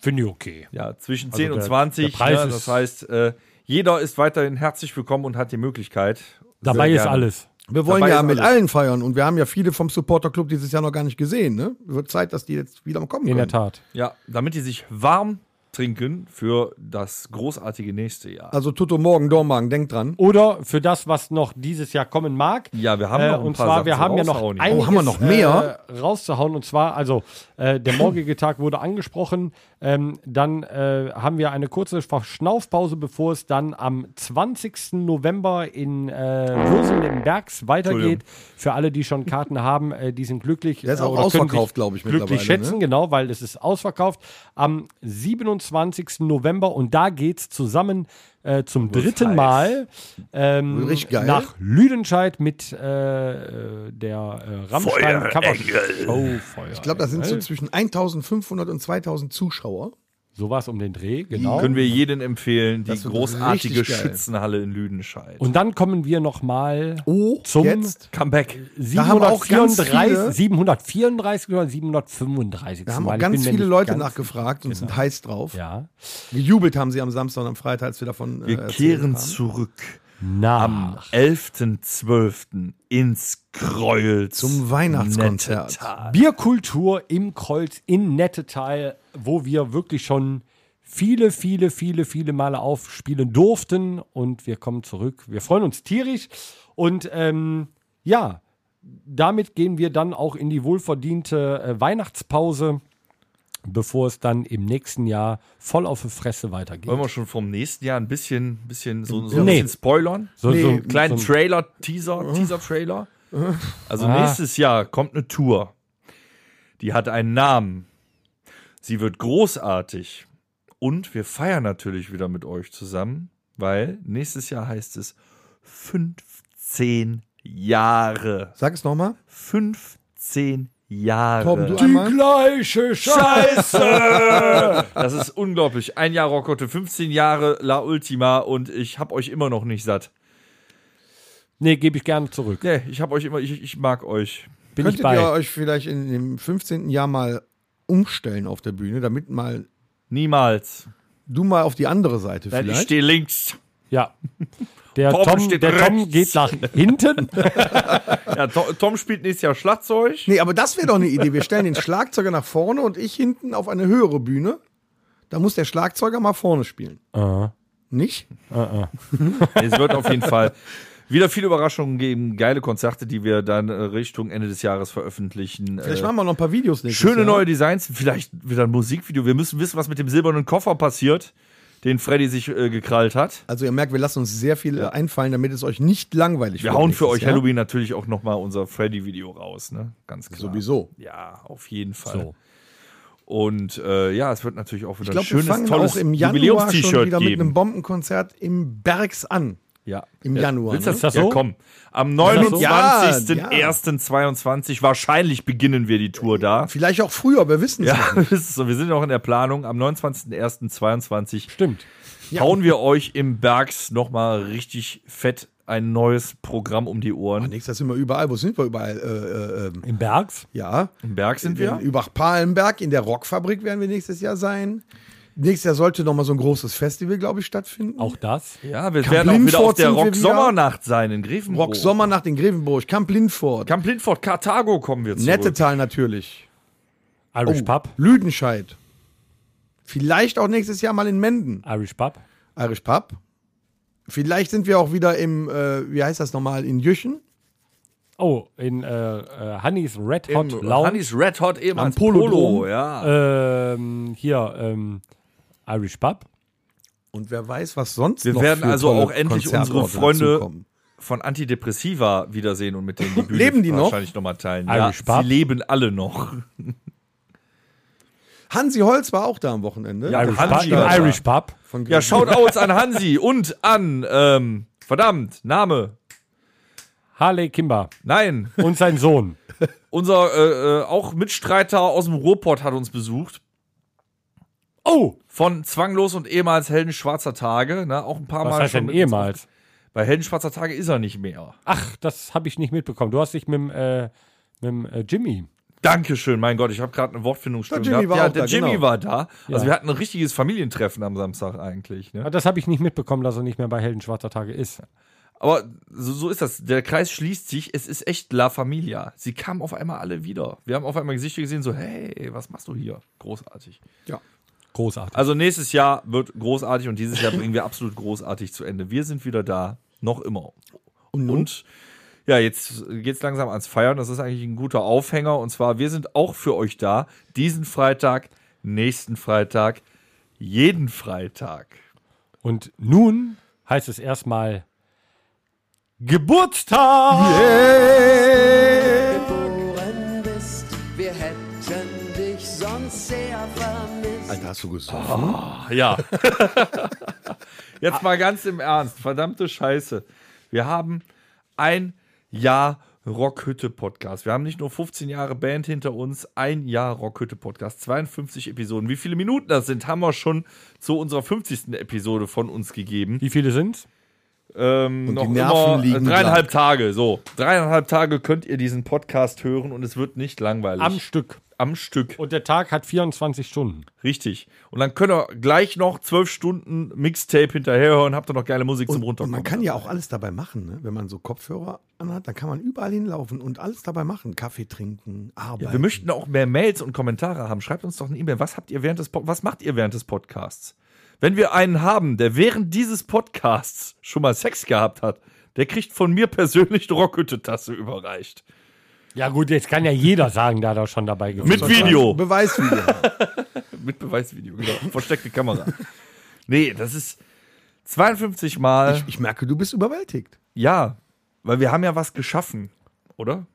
[SPEAKER 2] finde ich okay.
[SPEAKER 3] ja zwischen 10
[SPEAKER 2] Also
[SPEAKER 3] und
[SPEAKER 2] der-
[SPEAKER 3] 20.
[SPEAKER 2] der Preis
[SPEAKER 3] ne?
[SPEAKER 2] ist-
[SPEAKER 3] Das heißt, äh, jeder ist weiterhin herzlich willkommen und hat die Möglichkeit.
[SPEAKER 2] Dabei
[SPEAKER 3] Sehr
[SPEAKER 2] ist
[SPEAKER 3] gerne.
[SPEAKER 2] alles.
[SPEAKER 4] Wir wollen
[SPEAKER 3] Dabei
[SPEAKER 4] ja
[SPEAKER 3] ist
[SPEAKER 4] mit
[SPEAKER 3] alles.
[SPEAKER 4] allen feiern und wir haben ja viele vom Supporter Club dieses Jahr noch gar nicht gesehen. Ne? Wird Zeit, dass die jetzt wieder kommen.
[SPEAKER 2] In der
[SPEAKER 4] können.
[SPEAKER 2] Tat.
[SPEAKER 3] Ja, damit die sich warm trinken für das großartige nächste Jahr.
[SPEAKER 4] Also Tutto morgen Dormagen, denkt dran.
[SPEAKER 2] Mhm. Oder für das, was noch dieses Jahr kommen mag.
[SPEAKER 3] Ja, wir haben
[SPEAKER 2] äh,
[SPEAKER 3] noch ein
[SPEAKER 2] und
[SPEAKER 3] paar
[SPEAKER 2] zwar,
[SPEAKER 3] Sachen
[SPEAKER 2] wir
[SPEAKER 3] zu
[SPEAKER 2] haben ja noch
[SPEAKER 3] raushauen.
[SPEAKER 2] einiges,
[SPEAKER 4] Oh, haben wir noch mehr?
[SPEAKER 2] Äh, rauszuhauen. Und zwar, also äh, der morgige Tag wurde angesprochen. Ähm, dann äh, haben wir eine kurze Verschnaufpause, bevor es dann am 20. November in äh, Würsel im Bergs weitergeht. Für alle, die schon Karten haben, äh, die sind glücklich.
[SPEAKER 4] Der ist
[SPEAKER 2] äh,
[SPEAKER 4] auch
[SPEAKER 2] oder können
[SPEAKER 4] ausverkauft,
[SPEAKER 2] sich
[SPEAKER 4] glaub ich,
[SPEAKER 2] Glücklich
[SPEAKER 4] mittlerweile,
[SPEAKER 2] schätzen,
[SPEAKER 4] ne?
[SPEAKER 2] genau, weil es ist ausverkauft. Am 27. November und da geht's zusammen äh, zum dritten
[SPEAKER 3] heiß.
[SPEAKER 2] Mal ähm,
[SPEAKER 4] Richtig geil.
[SPEAKER 2] nach Lüdenscheid mit äh, äh, der äh, Rammstein Cover Feuer.
[SPEAKER 4] Ich glaube, das sind so zwischen 1500 und 2000 Zuschauer.
[SPEAKER 2] sowas um den Dreh, genau.
[SPEAKER 3] Können wir jedem empfehlen, die
[SPEAKER 4] Das wird
[SPEAKER 3] großartige
[SPEAKER 4] richtig geil.
[SPEAKER 3] Schützenhalle in Lüdenscheid.
[SPEAKER 2] Und dann kommen wir noch mal
[SPEAKER 4] Oh,
[SPEAKER 2] Zum-
[SPEAKER 4] jetzt.
[SPEAKER 3] Comeback.
[SPEAKER 4] Da haben auch ganz
[SPEAKER 2] 734
[SPEAKER 4] viele-
[SPEAKER 2] 734 oder 735.
[SPEAKER 4] Da haben
[SPEAKER 2] Mal.
[SPEAKER 4] auch
[SPEAKER 2] Ich
[SPEAKER 4] ganz
[SPEAKER 2] bin mir
[SPEAKER 4] viele
[SPEAKER 2] nicht
[SPEAKER 4] Leute
[SPEAKER 2] ganz-
[SPEAKER 4] nachgefragt und sind heiß drauf.
[SPEAKER 2] Ja.
[SPEAKER 4] Gejubelt haben sie am Samstag und am Freitag, als wir davon äh,
[SPEAKER 3] Wir
[SPEAKER 4] erzählt
[SPEAKER 3] kehren
[SPEAKER 4] haben.
[SPEAKER 3] zurück. am
[SPEAKER 2] Nach
[SPEAKER 3] 11.12. ins Gräuel
[SPEAKER 4] Zum Weihnachtskonzert.
[SPEAKER 3] Nettetal.
[SPEAKER 2] Bierkultur im Kreuz in Nettetal, wo wir wirklich schon viele, viele, viele, viele Male aufspielen durften und wir kommen zurück. Wir freuen uns tierisch und ähm, ja, damit gehen wir dann auch in die wohlverdiente äh, Weihnachtspause, bevor es dann im nächsten Jahr voll auf die Fresse weitergeht.
[SPEAKER 3] Wollen wir schon vom nächsten Jahr ein bisschen, bisschen so, so ein
[SPEAKER 2] Nee.
[SPEAKER 3] bisschen spoilern?
[SPEAKER 2] so,
[SPEAKER 4] Nee,
[SPEAKER 2] einen
[SPEAKER 3] Kleinen
[SPEAKER 2] so,
[SPEAKER 3] Trailer, Teaser, Teaser-Trailer. Also
[SPEAKER 2] Ah.
[SPEAKER 3] nächstes Jahr kommt eine Tour. Die hat einen Namen. Sie wird großartig. Und wir feiern natürlich wieder mit euch zusammen, weil nächstes Jahr heißt es 15 Jahre.
[SPEAKER 4] Sag es nochmal.
[SPEAKER 3] 15 Jahre.
[SPEAKER 4] Torben, du
[SPEAKER 2] die
[SPEAKER 4] einmal.
[SPEAKER 2] gleiche Scheiße!
[SPEAKER 3] Das ist unglaublich. Ein Jahr Rockotte, 15 Jahre La Ultima und ich hab euch immer noch nicht satt.
[SPEAKER 2] nee, gebe ich gerne zurück.
[SPEAKER 3] Nee, ich hab euch immer, ich, ich mag euch.
[SPEAKER 2] Bin ich
[SPEAKER 4] Könntet
[SPEAKER 2] bei.
[SPEAKER 4] ihr euch vielleicht in dem 15. Jahr mal umstellen auf der Bühne, damit mal
[SPEAKER 3] Niemals.
[SPEAKER 4] du mal auf die andere Seite
[SPEAKER 3] Nein, ich
[SPEAKER 4] vielleicht.
[SPEAKER 3] stehe links.
[SPEAKER 2] Ja. Der
[SPEAKER 3] Tom
[SPEAKER 2] Tom,
[SPEAKER 3] steht
[SPEAKER 2] der Tom
[SPEAKER 3] rechts.
[SPEAKER 2] geht nach hinten.
[SPEAKER 3] Ja, Tom, Tom spielt nächstes Jahr Schlagzeug.
[SPEAKER 4] Nee, aber das wäre doch eine Idee. Wir stellen den Schlagzeuger nach vorne und ich hinten auf eine höhere Bühne. Da muss der Schlagzeuger mal vorne spielen. Nicht?
[SPEAKER 3] Es wird auf jeden Fall wieder viele Überraschungen geben, geile Konzerte, die wir dann äh, Richtung Ende des Jahres veröffentlichen.
[SPEAKER 4] Vielleicht
[SPEAKER 3] Äh,
[SPEAKER 4] machen wir noch ein paar Videos nächstes
[SPEAKER 3] Schöne
[SPEAKER 4] Jahr.
[SPEAKER 3] neue Designs, vielleicht wieder ein Musikvideo. Wir müssen wissen, was mit dem silbernen Koffer passiert, den Freddy sich äh, gekrallt hat.
[SPEAKER 4] Also ihr merkt, wir lassen uns sehr viel äh, einfallen, damit es euch nicht langweilig
[SPEAKER 3] Wir
[SPEAKER 4] wird
[SPEAKER 3] hauen für
[SPEAKER 4] nächstes
[SPEAKER 3] euch
[SPEAKER 4] Jahr.
[SPEAKER 3] Halloween natürlich auch nochmal unser Freddy-Video raus, ne? Ganz klar.
[SPEAKER 4] Sowieso.
[SPEAKER 3] Ja, auf jeden Fall.
[SPEAKER 2] So.
[SPEAKER 3] Und äh, ja, es wird natürlich auch wieder
[SPEAKER 4] Ich glaube,
[SPEAKER 3] ein
[SPEAKER 4] wir
[SPEAKER 3] schönes,
[SPEAKER 4] fangen
[SPEAKER 3] tolles
[SPEAKER 4] auch im Januar schon
[SPEAKER 3] Jubiläums-T-Shirt
[SPEAKER 4] wieder mit einem
[SPEAKER 3] geben.
[SPEAKER 4] Bombenkonzert im Bergs an.
[SPEAKER 3] Ja.
[SPEAKER 4] im
[SPEAKER 3] ja.
[SPEAKER 4] Januar,
[SPEAKER 3] Willst
[SPEAKER 4] ne?
[SPEAKER 3] du
[SPEAKER 2] Ist das
[SPEAKER 3] das Ja,
[SPEAKER 2] so?
[SPEAKER 3] komm. Am
[SPEAKER 2] das so?
[SPEAKER 3] 29.01.22 wahrscheinlich beginnen wir die Tour da.
[SPEAKER 4] Vielleicht auch früher, wir wissen es nicht.
[SPEAKER 3] Ja, das ist so. Wir sind auch in der Planung. Am 29.01.22
[SPEAKER 2] Stimmt.
[SPEAKER 3] hauen wir euch im Bergs nochmal richtig fett ein neues Programm um die Ohren.
[SPEAKER 4] Nächstes Jahr sind wir überall. Wo sind wir überall? Äh, äh, ähm,
[SPEAKER 2] Im Bergs.
[SPEAKER 4] ja.
[SPEAKER 3] Im Berg sind
[SPEAKER 4] In
[SPEAKER 3] wir.
[SPEAKER 4] Übach-Palenberg, in der Rockfabrik werden wir nächstes Jahr sein. Nächstes Jahr sollte nochmal so ein großes Festival, glaube ich, stattfinden.
[SPEAKER 2] Auch das.
[SPEAKER 3] Ja, wir
[SPEAKER 4] Kamp
[SPEAKER 3] werden auch wieder auf
[SPEAKER 4] Lindfort
[SPEAKER 3] der
[SPEAKER 4] sind wir
[SPEAKER 3] Rock
[SPEAKER 4] wieder.
[SPEAKER 3] Sommernacht sein in Grevenbroich.
[SPEAKER 4] Rock Sommer nach den Grevenburg, Camp Lindford,
[SPEAKER 3] Kamp Lindfort, Karthago kommen wir zurück.
[SPEAKER 4] Nettetal natürlich, Oh,
[SPEAKER 2] Irish
[SPEAKER 3] Oh.
[SPEAKER 2] Pub.
[SPEAKER 4] Lüdenscheid. Vielleicht auch nächstes Jahr mal in Menden,
[SPEAKER 2] Irish Pub.
[SPEAKER 4] Irish Pub. Vielleicht sind wir auch wieder im, äh, wie heißt das nochmal, in Jüchen,
[SPEAKER 2] Oh, in äh, äh, Honey's Red Hot
[SPEAKER 3] Im
[SPEAKER 2] Lounge.
[SPEAKER 3] Hannis Red Hot eben
[SPEAKER 4] Am Äh,
[SPEAKER 3] als
[SPEAKER 4] Polodrom.
[SPEAKER 3] Polo ja.
[SPEAKER 2] Ähm, hier, ähm, Irish Pub.
[SPEAKER 4] Und wer weiß, was sonst
[SPEAKER 3] Wir
[SPEAKER 4] noch
[SPEAKER 3] werden
[SPEAKER 4] für
[SPEAKER 3] also
[SPEAKER 4] tolle
[SPEAKER 3] auch endlich
[SPEAKER 4] Konzertorte
[SPEAKER 3] unsere Freunde-
[SPEAKER 4] dazukommen.
[SPEAKER 3] von Antidepressiva wiedersehen und mit denen die Bühne
[SPEAKER 4] Leben die noch?
[SPEAKER 3] wahrscheinlich nochmal teilen.
[SPEAKER 2] Irish
[SPEAKER 3] Ja,
[SPEAKER 2] Pub?
[SPEAKER 3] sie leben alle noch.
[SPEAKER 4] Hansi Holz war auch da am Wochenende.
[SPEAKER 3] Ja,
[SPEAKER 2] Irish
[SPEAKER 3] Hansi
[SPEAKER 2] Pub. Im
[SPEAKER 3] war da.
[SPEAKER 2] Irish Pub.
[SPEAKER 4] Von
[SPEAKER 3] Ja, Shoutouts an Hansi und an, ähm, verdammt, Name.
[SPEAKER 2] Harley Kimber
[SPEAKER 3] Nein,
[SPEAKER 2] und sein Sohn.
[SPEAKER 3] unser äh, äh, auch Mitstreiter aus dem Ruhrpott hat uns besucht.
[SPEAKER 2] Oh,
[SPEAKER 3] Von Zwanglos und ehemals Helden Schwarzer Tage. Ne? Auch ein paar
[SPEAKER 2] was
[SPEAKER 3] Mal
[SPEAKER 2] heißt denn
[SPEAKER 3] schon mit uns
[SPEAKER 2] ehemals?
[SPEAKER 3] auf- Bei Helden Schwarzer Tage ist er nicht mehr.
[SPEAKER 2] Ach, das habe ich nicht mitbekommen. Du hast dich mit dem, äh, mit dem äh, Jimmy.
[SPEAKER 3] Dankeschön, mein Gott, ich habe gerade eine Wortfindungsstörung
[SPEAKER 4] Der Jimmy war
[SPEAKER 3] ja,
[SPEAKER 4] auch
[SPEAKER 3] der
[SPEAKER 4] da,
[SPEAKER 3] Jimmy
[SPEAKER 4] genau.
[SPEAKER 3] war da. Also
[SPEAKER 2] Ja.
[SPEAKER 3] wir hatten ein richtiges Familientreffen am Samstag eigentlich. Ne?
[SPEAKER 2] Ah, Das habe ich nicht mitbekommen, dass er nicht mehr bei Helden schwarzer Tage ist.
[SPEAKER 3] Aber so, so ist das. Der Kreis schließt sich. Es ist echt La Familia. Sie kamen auf einmal alle wieder. Wir haben auf einmal Gesichter gesehen, so, hey, was machst du hier? Großartig.
[SPEAKER 2] Großartig.
[SPEAKER 3] Also nächstes Jahr wird großartig und dieses Jahr bringen wir absolut großartig zu Ende. Wir sind wieder da. Noch immer. Und, ja, jetzt geht's langsam ans Feiern. Das ist eigentlich ein guter Aufhänger. Und zwar, wir sind auch für euch da. Diesen Freitag, nächsten Freitag, jeden Freitag.
[SPEAKER 2] Und nun heißt es erstmal Geburtstag!
[SPEAKER 5] geboren bist. Wir hätten dich sonst sehr vermisst.
[SPEAKER 4] Alter, hast du gesoffen?
[SPEAKER 3] Ja. Jetzt mal ganz im Ernst. Verdammte Scheiße. Wir haben ein Jahr Rockhütte-Podcast. Wir haben nicht nur 15 Jahre Band hinter uns, ein Jahr Rockhütte-Podcast, 52 Episoden. Wie viele Minuten das sind, haben wir schon zu unserer 50. Episode von uns gegeben.
[SPEAKER 2] Wie viele sind's?
[SPEAKER 4] Und
[SPEAKER 3] Ähm,
[SPEAKER 4] die
[SPEAKER 3] noch
[SPEAKER 4] Nerven
[SPEAKER 3] immer
[SPEAKER 4] liegen
[SPEAKER 3] dreieinhalb Tage, so. Dreieinhalb Tage könnt ihr diesen Podcast hören und es wird nicht langweilig.
[SPEAKER 2] Am Stück.
[SPEAKER 3] Am Stück.
[SPEAKER 2] Und der Tag hat 24 Stunden.
[SPEAKER 3] Richtig. Und dann könnt ihr gleich noch zwölf Stunden Mixtape hinterherhören, habt ihr noch geile Musik zum
[SPEAKER 4] Und, und
[SPEAKER 3] Runterkommen.
[SPEAKER 4] man kann ja auch alles dabei machen, ne? wenn man so Kopfhörer anhat, dann kann man überall hinlaufen und alles dabei machen. Kaffee trinken, arbeiten.
[SPEAKER 3] Wir möchten auch mehr Mails und Kommentare haben. Schreibt uns doch eine E-Mail. Was habt ihr während des Pod Was macht ihr während des Podcasts? Wenn wir einen haben, der während dieses Podcasts schon mal Sex gehabt hat, der kriegt von mir persönlich eine Rockhütte-Tasse überreicht.
[SPEAKER 2] Ja gut, jetzt kann ja jeder sagen, da er schon dabei gewesen
[SPEAKER 3] Mit
[SPEAKER 2] ist.
[SPEAKER 3] Video.
[SPEAKER 4] Beweisvideo.
[SPEAKER 3] Mit Beweisvideo, genau. Versteckte Kamera. Nee, das ist 52 Mal.
[SPEAKER 4] ich merke, du bist überwältigt.
[SPEAKER 3] ja, weil wir haben ja was geschaffen, oder?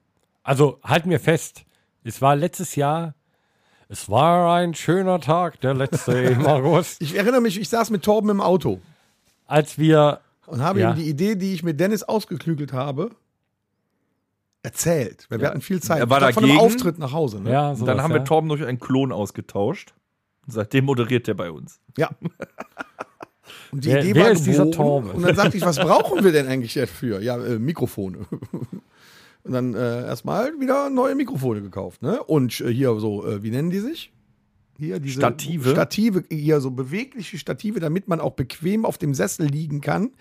[SPEAKER 2] Also halten wir fest, es war letztes Jahr, es war ein schöner Tag, der letzte im August,
[SPEAKER 4] Ich erinnere mich, ich saß mit Torben im Auto
[SPEAKER 2] als wir
[SPEAKER 4] und habe
[SPEAKER 2] Ja.
[SPEAKER 4] ihm die Idee, die ich mit Dennis ausgeklügelt habe, erzählt. Weil wir hatten viel Zeit.
[SPEAKER 3] Er war
[SPEAKER 4] Ich glaub, von einem
[SPEAKER 3] dagegen.
[SPEAKER 4] Auftritt nach Hause. Ne?
[SPEAKER 2] ja,
[SPEAKER 3] Und
[SPEAKER 2] sowas,
[SPEAKER 3] dann haben
[SPEAKER 2] ja.
[SPEAKER 3] wir Torben durch einen Klon ausgetauscht. Und seitdem moderiert er bei uns.
[SPEAKER 4] Ja. Und die
[SPEAKER 2] Wer-
[SPEAKER 4] Idee
[SPEAKER 2] wer
[SPEAKER 4] war
[SPEAKER 2] ist dieser
[SPEAKER 4] geboren.
[SPEAKER 2] Torben?
[SPEAKER 4] Und dann sagte ich, was brauchen wir denn eigentlich dafür? Ja, äh, Mikrofone. Und dann äh, erstmal wieder neue Mikrofone gekauft. Ne? Und äh, hier so, äh, wie nennen die sich? hier diese
[SPEAKER 3] Stative.
[SPEAKER 4] Stative, hier so bewegliche Stative, damit man auch bequem auf dem Sessel liegen kann,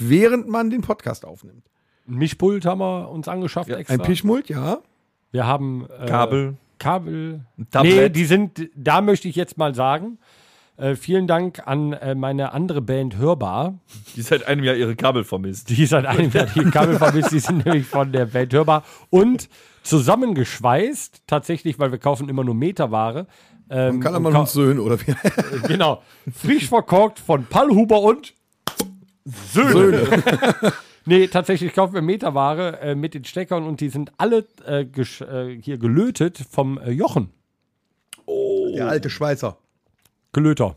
[SPEAKER 4] während man den Podcast aufnimmt.
[SPEAKER 2] Ein Mischpult haben wir uns angeschafft extra.
[SPEAKER 4] Ein Pischmult, ja.
[SPEAKER 2] wir haben äh,
[SPEAKER 3] Kabel.
[SPEAKER 2] Kabel.
[SPEAKER 3] Tablet.
[SPEAKER 2] Nee, die sind, da möchte ich jetzt mal sagen, äh, vielen Dank an äh, meine andere Band Hörbar.
[SPEAKER 3] Die seit einem Jahr ihre Kabel vermisst.
[SPEAKER 2] Die seit einem Jahr die Kabel vermisst, die sind nämlich von der Band Hörbar. Und zusammengeschweißt, tatsächlich, weil wir kaufen immer nur Meterware. Ähm,
[SPEAKER 4] Kann er
[SPEAKER 2] und
[SPEAKER 4] mal
[SPEAKER 2] kau-
[SPEAKER 4] uns Söhnen oder wie?
[SPEAKER 2] Genau. Frisch verkorkt von Pallhuber und Söhne. nee, tatsächlich kaufen wir Meterware äh, mit den Steckern und die sind alle äh, gesch- äh, hier gelötet vom äh, Jochen. Oh.
[SPEAKER 4] Der alte Schweizer.
[SPEAKER 2] Gelöter.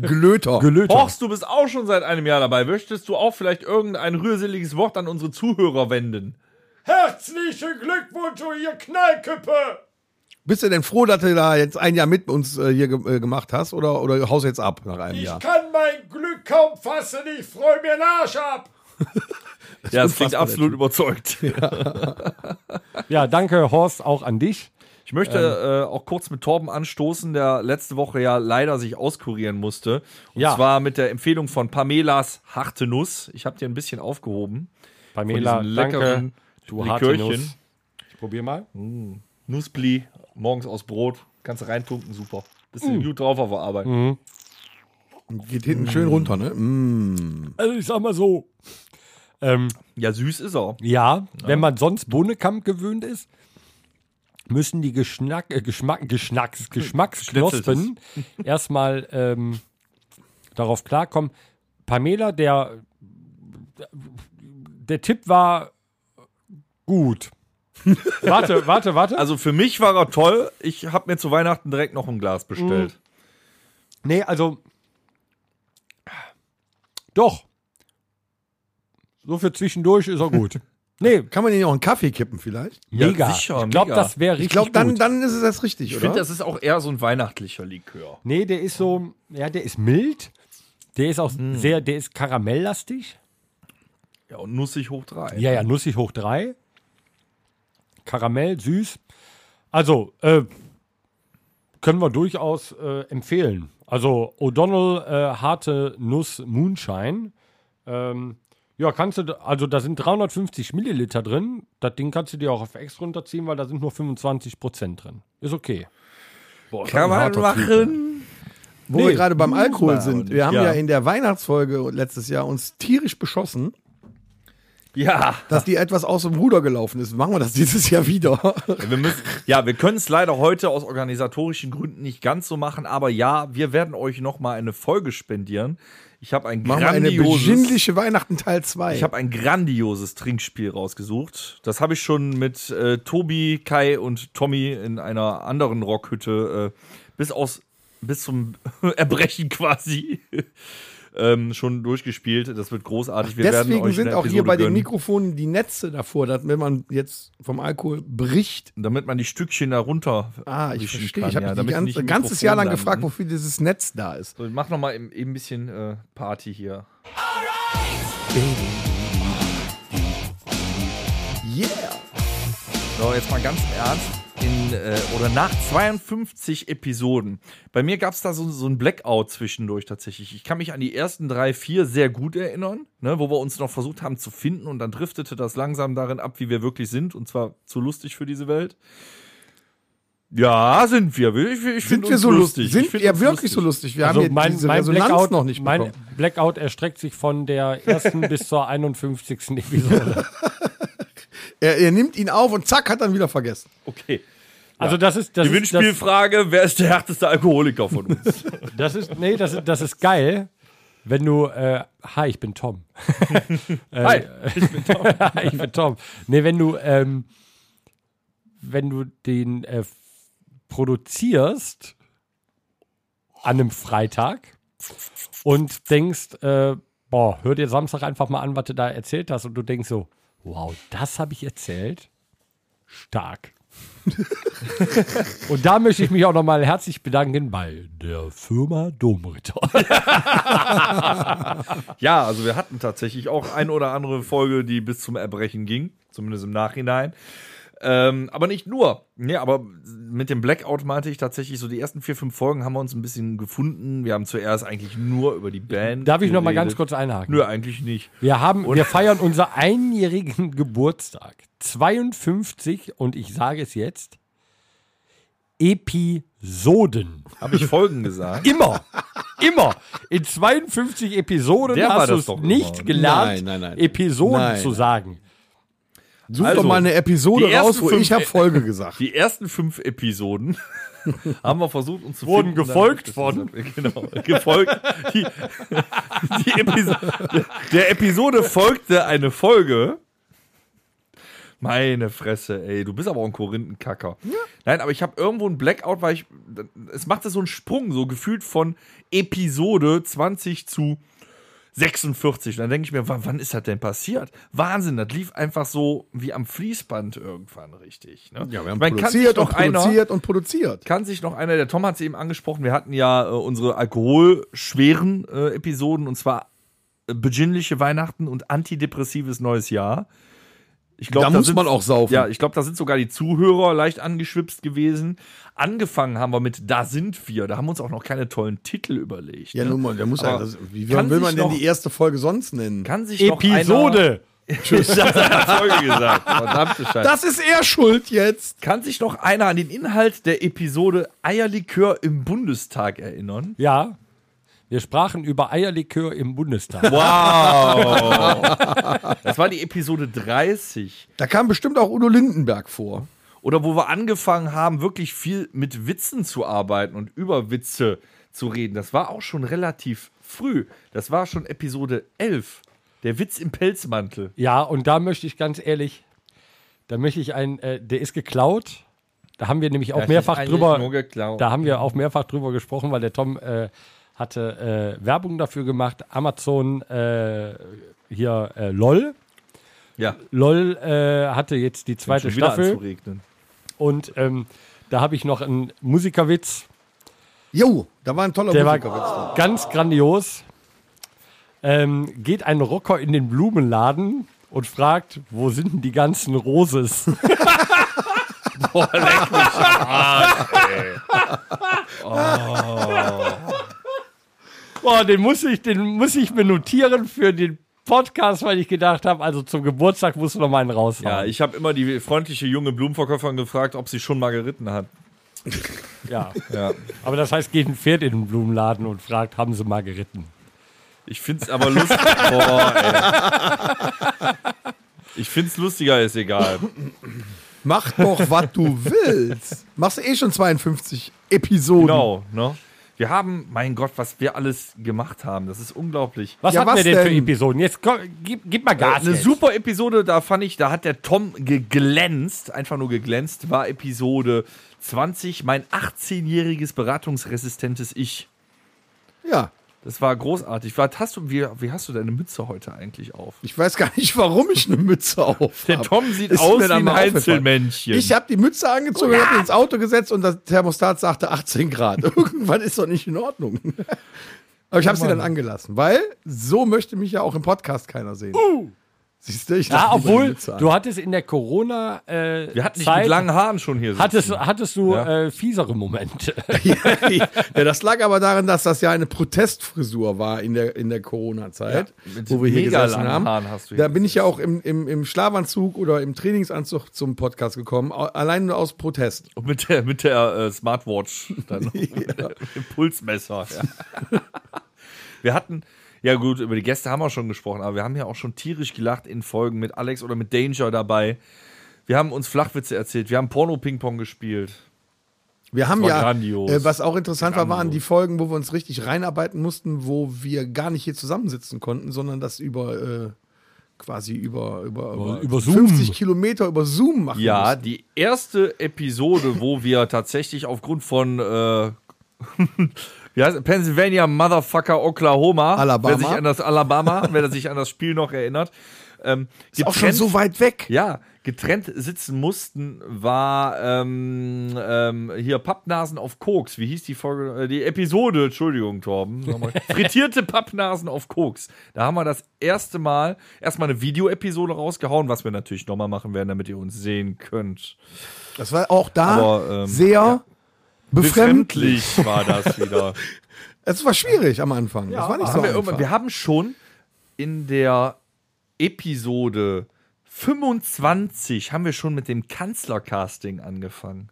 [SPEAKER 4] Glöter.
[SPEAKER 2] Gelöter.
[SPEAKER 3] Horst, du bist auch schon seit einem Jahr dabei. Möchtest du auch vielleicht irgendein rührseliges Wort an unsere Zuhörer wenden?
[SPEAKER 2] Herzlichen Glückwunsch, oh, ihr Knallköppe!
[SPEAKER 4] Bist du denn froh, dass du da jetzt ein Jahr mit uns äh, hier ge äh, gemacht hast oder, oder haust jetzt ab nach einem Jahr?
[SPEAKER 2] kann mein Glück kaum fassen, ich freue mir den Arsch ab!
[SPEAKER 3] ja, das
[SPEAKER 4] unfassbar,
[SPEAKER 3] klingt
[SPEAKER 4] der
[SPEAKER 3] absolut überzeugt.
[SPEAKER 2] Ja, danke, Horst, auch an dich.
[SPEAKER 3] Ich möchte
[SPEAKER 2] Ähm.
[SPEAKER 3] äh, auch kurz mit Torben anstoßen, der letzte Woche ja leider sich auskurieren musste. Und
[SPEAKER 2] Ja.
[SPEAKER 3] zwar mit der Empfehlung von Pamelas Harte Nuss. Ich habe dir ein bisschen aufgehoben.
[SPEAKER 2] Pamela,
[SPEAKER 3] diesem
[SPEAKER 2] danke.
[SPEAKER 3] leckeren
[SPEAKER 2] Du
[SPEAKER 3] Likörchen.
[SPEAKER 2] Nuss. Ich probier mal.
[SPEAKER 3] Nussbli, morgens aus Brot. Kannst du reintunken, super. Bist du gut drauf auf der Arbeit.
[SPEAKER 4] Geht hinten schön runter, ne? Mm.
[SPEAKER 2] Also ich sag mal so. Ähm,
[SPEAKER 3] Ja, süß ist er.
[SPEAKER 2] Ja, wenn man sonst Bohnekamp gewöhnt ist, müssen die Geschnack, äh, Geschmack, Geschnacks, Geschmacksknospen erstmal ähm, darauf klarkommen. Pamela, der, der Tipp war gut. warte, warte, warte.
[SPEAKER 3] Also für mich war er toll. Ich habe mir zu Weihnachten direkt noch ein Glas bestellt.
[SPEAKER 2] nee, also. Doch. So für zwischendurch ist er gut. Nee,
[SPEAKER 4] Kann man den auch einen Kaffee kippen vielleicht?
[SPEAKER 3] Ja,
[SPEAKER 2] mega.
[SPEAKER 3] sicher,
[SPEAKER 2] ich glaube,
[SPEAKER 3] mega.
[SPEAKER 2] das wäre richtig
[SPEAKER 4] Ich glaube, dann,
[SPEAKER 2] gut.
[SPEAKER 4] dann ist es erst richtig,
[SPEAKER 3] Ich
[SPEAKER 4] oder?
[SPEAKER 3] finde, das ist auch eher so ein weihnachtlicher Likör.
[SPEAKER 2] Nee, der ist so, ja, der ist mild. Der ist auch sehr, der ist karamelllastig.
[SPEAKER 3] Ja, und nussig hoch drei.
[SPEAKER 2] Ja, ja, nussig hoch drei. Karamell, süß. Also, äh, können wir durchaus äh, empfehlen. Also, O'Donnell äh, harte Nuss Moonshine. Ähm, ja, kannst du, also da sind 350 Milliliter drin. Das Ding kannst du dir auch auf Ex runterziehen, weil da sind nur 25 Prozent drin. Ist okay.
[SPEAKER 3] Boah,
[SPEAKER 4] ein
[SPEAKER 3] kann man
[SPEAKER 4] harter
[SPEAKER 3] machen.
[SPEAKER 4] Wo
[SPEAKER 2] Nee,
[SPEAKER 4] wir gerade beim Alkohol sind. Wir haben ja.
[SPEAKER 3] Ja.
[SPEAKER 4] in der Weihnachtsfolge letztes Jahr uns tierisch beschossen,
[SPEAKER 3] Ja.
[SPEAKER 4] dass die etwas aus dem Ruder gelaufen ist. Machen wir das dieses Jahr wieder.
[SPEAKER 3] Ja, wir müssen, ja, wir können es leider heute aus organisatorischen Gründen nicht ganz so machen, aber ja, wir werden euch noch mal eine Folge spendieren. Ich habe ein
[SPEAKER 4] Machen wir eine
[SPEAKER 3] grandioses,
[SPEAKER 4] besinnliche Weihnachten Teil 2.
[SPEAKER 3] ich habe ein grandioses Trinkspiel rausgesucht. Das habe ich schon mit äh, Tobi, Kai und Tommy in einer anderen Rockhütte äh, bis aus bis zum Erbrechen quasi ähm, schon durchgespielt. Das wird großartig. Wir werden
[SPEAKER 4] Deswegen
[SPEAKER 3] euch
[SPEAKER 4] sind
[SPEAKER 3] eine
[SPEAKER 4] auch hier
[SPEAKER 3] Episode
[SPEAKER 4] bei den
[SPEAKER 3] gönnen.
[SPEAKER 4] Mikrofonen die Netze davor, dass wenn man jetzt vom Alkohol bricht.
[SPEAKER 3] damit man die Stückchen da runter
[SPEAKER 4] Ah, ich
[SPEAKER 3] wischen
[SPEAKER 4] verstehe.
[SPEAKER 3] kann,
[SPEAKER 4] Ich habe
[SPEAKER 3] ja,
[SPEAKER 4] ja, ein
[SPEAKER 3] damit sie nicht
[SPEAKER 4] ganze,
[SPEAKER 3] im
[SPEAKER 4] ganzes
[SPEAKER 3] Mikrofon
[SPEAKER 4] Jahr lang
[SPEAKER 3] landen.
[SPEAKER 4] gefragt, wofür dieses Netz da ist.
[SPEAKER 3] So, mach noch mal eben, eben ein bisschen äh, Party hier.
[SPEAKER 4] Yeah!
[SPEAKER 3] So, jetzt mal ganz im ernst. In, äh, oder nach 52 Episoden. Bei mir gab es da so, so ein Blackout zwischendurch tatsächlich. Ich kann mich an die ersten drei, vier sehr gut erinnern, ne, wo wir uns noch versucht haben zu finden und dann driftete das langsam darin ab, wie wir wirklich sind. Und zwar zu lustig für diese Welt. Ja, sind wir. Ich, ich
[SPEAKER 4] Sind wir so lustig? Sind wir wirklich so lustig? Wir
[SPEAKER 3] Also
[SPEAKER 2] Also
[SPEAKER 4] haben ja diese Resonanz noch nicht
[SPEAKER 2] mein
[SPEAKER 4] bekommen.
[SPEAKER 2] Blackout erstreckt sich von der ersten bis zur 51. Episode.
[SPEAKER 4] Er, er nimmt ihn auf und zack, hat dann wieder vergessen.
[SPEAKER 3] Okay.
[SPEAKER 2] Also das ist das ist, das,
[SPEAKER 3] Gewinnspielfrage: Wer ist der härteste Alkoholiker von uns?
[SPEAKER 2] das ist nee, das ist das ist geil, wenn du äh, hi, ich bin Tom.
[SPEAKER 3] Hi.
[SPEAKER 2] hi, ich Äh, bin Tom. Nee, wenn du ähm, wenn du den äh, produzierst an einem Freitag und denkst, äh, boah, hör dir Samstag einfach mal an, was du da erzählt hast und du denkst so, wow, das habe ich erzählt. Stark. und da möchte ich mich auch nochmal herzlich bedanken bei der Firma Domritter.
[SPEAKER 3] Ja, also wir hatten tatsächlich auch ein oder andere Folge, die bis zum Erbrechen ging, zumindest im Nachhinein. Ähm, aber nicht nur. Ja, aber mit dem Blackout meinte ich tatsächlich so, die ersten vier, fünf Folgen haben wir uns ein bisschen gefunden. Wir haben zuerst eigentlich nur über die Band.
[SPEAKER 2] Darf ich noch mal ganz
[SPEAKER 3] geredet.
[SPEAKER 2] kurz einhaken?
[SPEAKER 3] Nö, eigentlich nicht.
[SPEAKER 2] Wir haben, wir feiern unser einjährigen Geburtstag. 52 und ich sage es jetzt, Episoden.
[SPEAKER 3] Habe ich Folgen gesagt?
[SPEAKER 2] Immer, immer. In 52 Episoden
[SPEAKER 3] Der war
[SPEAKER 2] hast du
[SPEAKER 3] das
[SPEAKER 2] es
[SPEAKER 3] doch
[SPEAKER 2] nicht
[SPEAKER 3] immer.
[SPEAKER 2] gelernt,
[SPEAKER 4] Nein, nein, nein.
[SPEAKER 2] Episoden
[SPEAKER 4] Nein.
[SPEAKER 2] zu sagen.
[SPEAKER 4] Such
[SPEAKER 3] Also,
[SPEAKER 4] doch mal eine Episode
[SPEAKER 3] die
[SPEAKER 4] raus,
[SPEAKER 3] ersten
[SPEAKER 4] wo
[SPEAKER 3] fünf-
[SPEAKER 4] ich habe Folge gesagt.
[SPEAKER 3] Die ersten fünf Episoden haben wir versucht, uns zu
[SPEAKER 2] Wurden
[SPEAKER 3] finden.
[SPEAKER 2] gefolgt
[SPEAKER 3] Dann- Genau, gefolgt. Die, die Episo der Episode folgte eine Folge. Meine Fresse, ey, du bist aber auch ein Korinthenkacker. Nein, aber ich habe irgendwo einen Blackout, weil ich. Es macht so einen Sprung, so gefühlt von Episode 20 zu 46. Dann denke ich mir, wann, wann ist das denn passiert? Wahnsinn, das lief einfach so wie am Fließband irgendwann richtig. Ne?
[SPEAKER 4] Ja, wir
[SPEAKER 3] Ich
[SPEAKER 4] haben
[SPEAKER 3] meine, kann sich
[SPEAKER 4] produziert und
[SPEAKER 3] doch einer-
[SPEAKER 4] produziert und produziert.
[SPEAKER 3] kann sich noch einer, der Tom hat es eben angesprochen, wir hatten ja äh, unsere alkoholschweren äh, Episoden und zwar äh, beginnliche Weihnachten und antidepressives neues Jahr. Ich glaub,
[SPEAKER 4] Da muss
[SPEAKER 3] sind-
[SPEAKER 4] man auch saufen.
[SPEAKER 3] Ja, ich glaube, da sind sogar die Zuhörer leicht angeschwipst gewesen. Angefangen haben wir mit Da sind wir. Da haben uns auch noch keine tollen Titel überlegt.
[SPEAKER 4] Ja,
[SPEAKER 3] ne?
[SPEAKER 4] nun mal, der muss
[SPEAKER 3] Aber
[SPEAKER 4] ja, das, wie
[SPEAKER 3] kann
[SPEAKER 4] will
[SPEAKER 3] sich
[SPEAKER 4] man denn
[SPEAKER 3] noch-
[SPEAKER 4] die erste Folge sonst nennen?
[SPEAKER 3] Kann sich
[SPEAKER 2] Episode.
[SPEAKER 3] Noch einer, das hat er Folge gesagt. Verdammte Scheiße.
[SPEAKER 4] Das ist er schuld jetzt.
[SPEAKER 3] Kann sich noch einer an den Inhalt der Episode Eierlikör im Bundestag erinnern?
[SPEAKER 2] Ja. Wir sprachen über Eierlikör im Bundestag.
[SPEAKER 3] Wow! Das war die Episode 30.
[SPEAKER 4] Da kam bestimmt auch Udo Lindenberg vor.
[SPEAKER 3] Oder wo wir angefangen haben, wirklich viel mit Witzen zu arbeiten und über Witze zu reden. Das war auch schon relativ früh. Das war schon Episode 11. Der Witz im Pelzmantel.
[SPEAKER 2] Ja, und da möchte ich ganz ehrlich, da möchte ich einen, äh, der ist geklaut. Da haben wir nämlich auch
[SPEAKER 3] ist
[SPEAKER 2] mehrfach
[SPEAKER 3] eigentlich
[SPEAKER 2] drüber,
[SPEAKER 3] nur geklaut.
[SPEAKER 2] da haben wir auch mehrfach drüber gesprochen, weil der Tom äh, hatte äh, Werbung dafür gemacht. Amazon äh, hier äh, LOL.
[SPEAKER 3] Ja,
[SPEAKER 2] LOL äh, hatte jetzt die zweite
[SPEAKER 3] schon wieder
[SPEAKER 2] Staffel
[SPEAKER 3] anzuregnen.
[SPEAKER 2] und ähm, da habe ich noch einen Musikerwitz.
[SPEAKER 4] Jo, da war ein toller
[SPEAKER 2] Der war
[SPEAKER 4] Musikerwitz.
[SPEAKER 2] ganz grandios. Ähm, geht ein Rocker in den Blumenladen und fragt, wo sind denn die ganzen Roses? Oh. Boah, den muss ich, den muss ich mir notieren für den Podcast, weil ich gedacht habe, also zum Geburtstag musst du noch mal einen
[SPEAKER 3] Ja,
[SPEAKER 2] raushauen.
[SPEAKER 3] ich habe immer die freundliche junge Blumenverkäuferin gefragt, ob sie schon mal geritten hat.
[SPEAKER 2] Ja,
[SPEAKER 3] Ja.
[SPEAKER 2] Aber das heißt, geht ein Pferd in den Blumenladen und fragt, haben sie mal geritten?
[SPEAKER 3] Ich find's aber lustig. Boah, ey. Ich find's lustiger, ist egal.
[SPEAKER 4] Mach doch, was du willst. Machst eh schon 52 Episoden.
[SPEAKER 3] Genau, ne? Wir haben, mein Gott, was wir alles gemacht haben. Das ist unglaublich. Äh,
[SPEAKER 2] Was
[SPEAKER 4] Ja,
[SPEAKER 2] hatten wir
[SPEAKER 4] was
[SPEAKER 2] denn, für
[SPEAKER 4] denn? Äh,
[SPEAKER 2] Episoden? Jetzt komm, gib, gib mal Gas.
[SPEAKER 3] Eine
[SPEAKER 2] jetzt.
[SPEAKER 3] super Episode, da fand ich, da hat der Tom geglänzt, einfach nur geglänzt, war Episode 20, mein 18-jähriges beratungsresistentes Ich.
[SPEAKER 4] Ja,
[SPEAKER 3] Das war großartig. Was hast du, wie, wie hast du deine Mütze heute eigentlich auf?
[SPEAKER 4] ich weiß gar nicht, warum ich eine Mütze auf
[SPEAKER 3] Der
[SPEAKER 4] hab.
[SPEAKER 3] Tom sieht
[SPEAKER 4] Ist
[SPEAKER 3] aus
[SPEAKER 4] mir
[SPEAKER 3] wie
[SPEAKER 4] dann
[SPEAKER 3] ein
[SPEAKER 4] mal aufgefallen.
[SPEAKER 3] Einzelmännchen.
[SPEAKER 4] Ich habe die Mütze angezogen, hab habe ins Auto gesetzt und das Thermostat sagte 18 Grad. Irgendwann ist doch nicht in Ordnung. Aber ich habe sie dann angelassen, weil so möchte mich ja auch im Podcast keiner sehen.
[SPEAKER 3] Uh.
[SPEAKER 4] Siehst du, ich
[SPEAKER 2] Ja,
[SPEAKER 4] lass lieber die
[SPEAKER 2] obwohl,
[SPEAKER 4] Mütze an.
[SPEAKER 2] du hattest in der corona äh,
[SPEAKER 3] wir hatten dich
[SPEAKER 2] Zeit-
[SPEAKER 3] mit langen Haaren schon hier. sitzen.
[SPEAKER 2] hattest, hattest du
[SPEAKER 3] Ja.
[SPEAKER 2] äh, fiesere Momente.
[SPEAKER 4] ja, das lag aber daran, dass das ja eine Protestfrisur war in der, in der Corona-Zeit,
[SPEAKER 3] Ja, mit
[SPEAKER 4] wo wir hier
[SPEAKER 3] mega
[SPEAKER 4] gesessen
[SPEAKER 3] langen
[SPEAKER 4] haben.
[SPEAKER 3] Haaren hast du hier
[SPEAKER 4] da bin ich ja auch im, im, im Schlafanzug oder im Trainingsanzug zum Podcast gekommen, au- allein nur aus Protest.
[SPEAKER 3] Und mit der, mit der äh, Smartwatch, dann noch. mit dem Pulsmesser. Ja. wir hatten, ja gut, über die Gäste haben wir schon gesprochen, aber wir haben ja auch schon tierisch gelacht in Folgen mit Alex oder mit Danger dabei. Wir haben uns Flachwitze erzählt, wir haben Porno-Ping-Pong gespielt.
[SPEAKER 4] Wir haben
[SPEAKER 3] war
[SPEAKER 4] ja,
[SPEAKER 3] grandios.
[SPEAKER 4] äh, was auch interessant war, waren
[SPEAKER 3] Grandios.
[SPEAKER 4] die Folgen, wo wir uns richtig reinarbeiten mussten, wo wir gar nicht hier zusammensitzen konnten, sondern das über äh, quasi über, über, über,
[SPEAKER 2] über Zoom.
[SPEAKER 4] 50 Kilometer über Zoom machen
[SPEAKER 3] Ja,
[SPEAKER 4] mussten.
[SPEAKER 3] die erste Episode, wo wir tatsächlich aufgrund von äh, wie heißt es? Pennsylvania Motherfucker Oklahoma,
[SPEAKER 4] Alabama.
[SPEAKER 3] wer sich an das Alabama, wer sich an das Spiel noch erinnert, ähm,
[SPEAKER 4] Ist auch schon so weit weg.
[SPEAKER 3] ja, getrennt sitzen mussten, war ähm, ähm, hier Pappnasen auf Koks. Wie hieß die Folge? äh, Die Episode, Entschuldigung, Torben. Nochmal. Frittierte Pappnasen auf Koks. Da haben wir das erste Mal erstmal eine Videoepisode rausgehauen, was wir natürlich nochmal machen werden, damit ihr uns sehen könnt.
[SPEAKER 4] Das war auch da
[SPEAKER 3] Aber, ähm,
[SPEAKER 4] sehr befremdlich.
[SPEAKER 3] Befremdlich war das wieder.
[SPEAKER 4] Es war schwierig am Anfang. das war nicht so
[SPEAKER 3] haben wir,
[SPEAKER 4] einfach.
[SPEAKER 3] irgendwann- wir haben schon in der Episode 25 haben wir schon mit dem Kanzlercasting angefangen.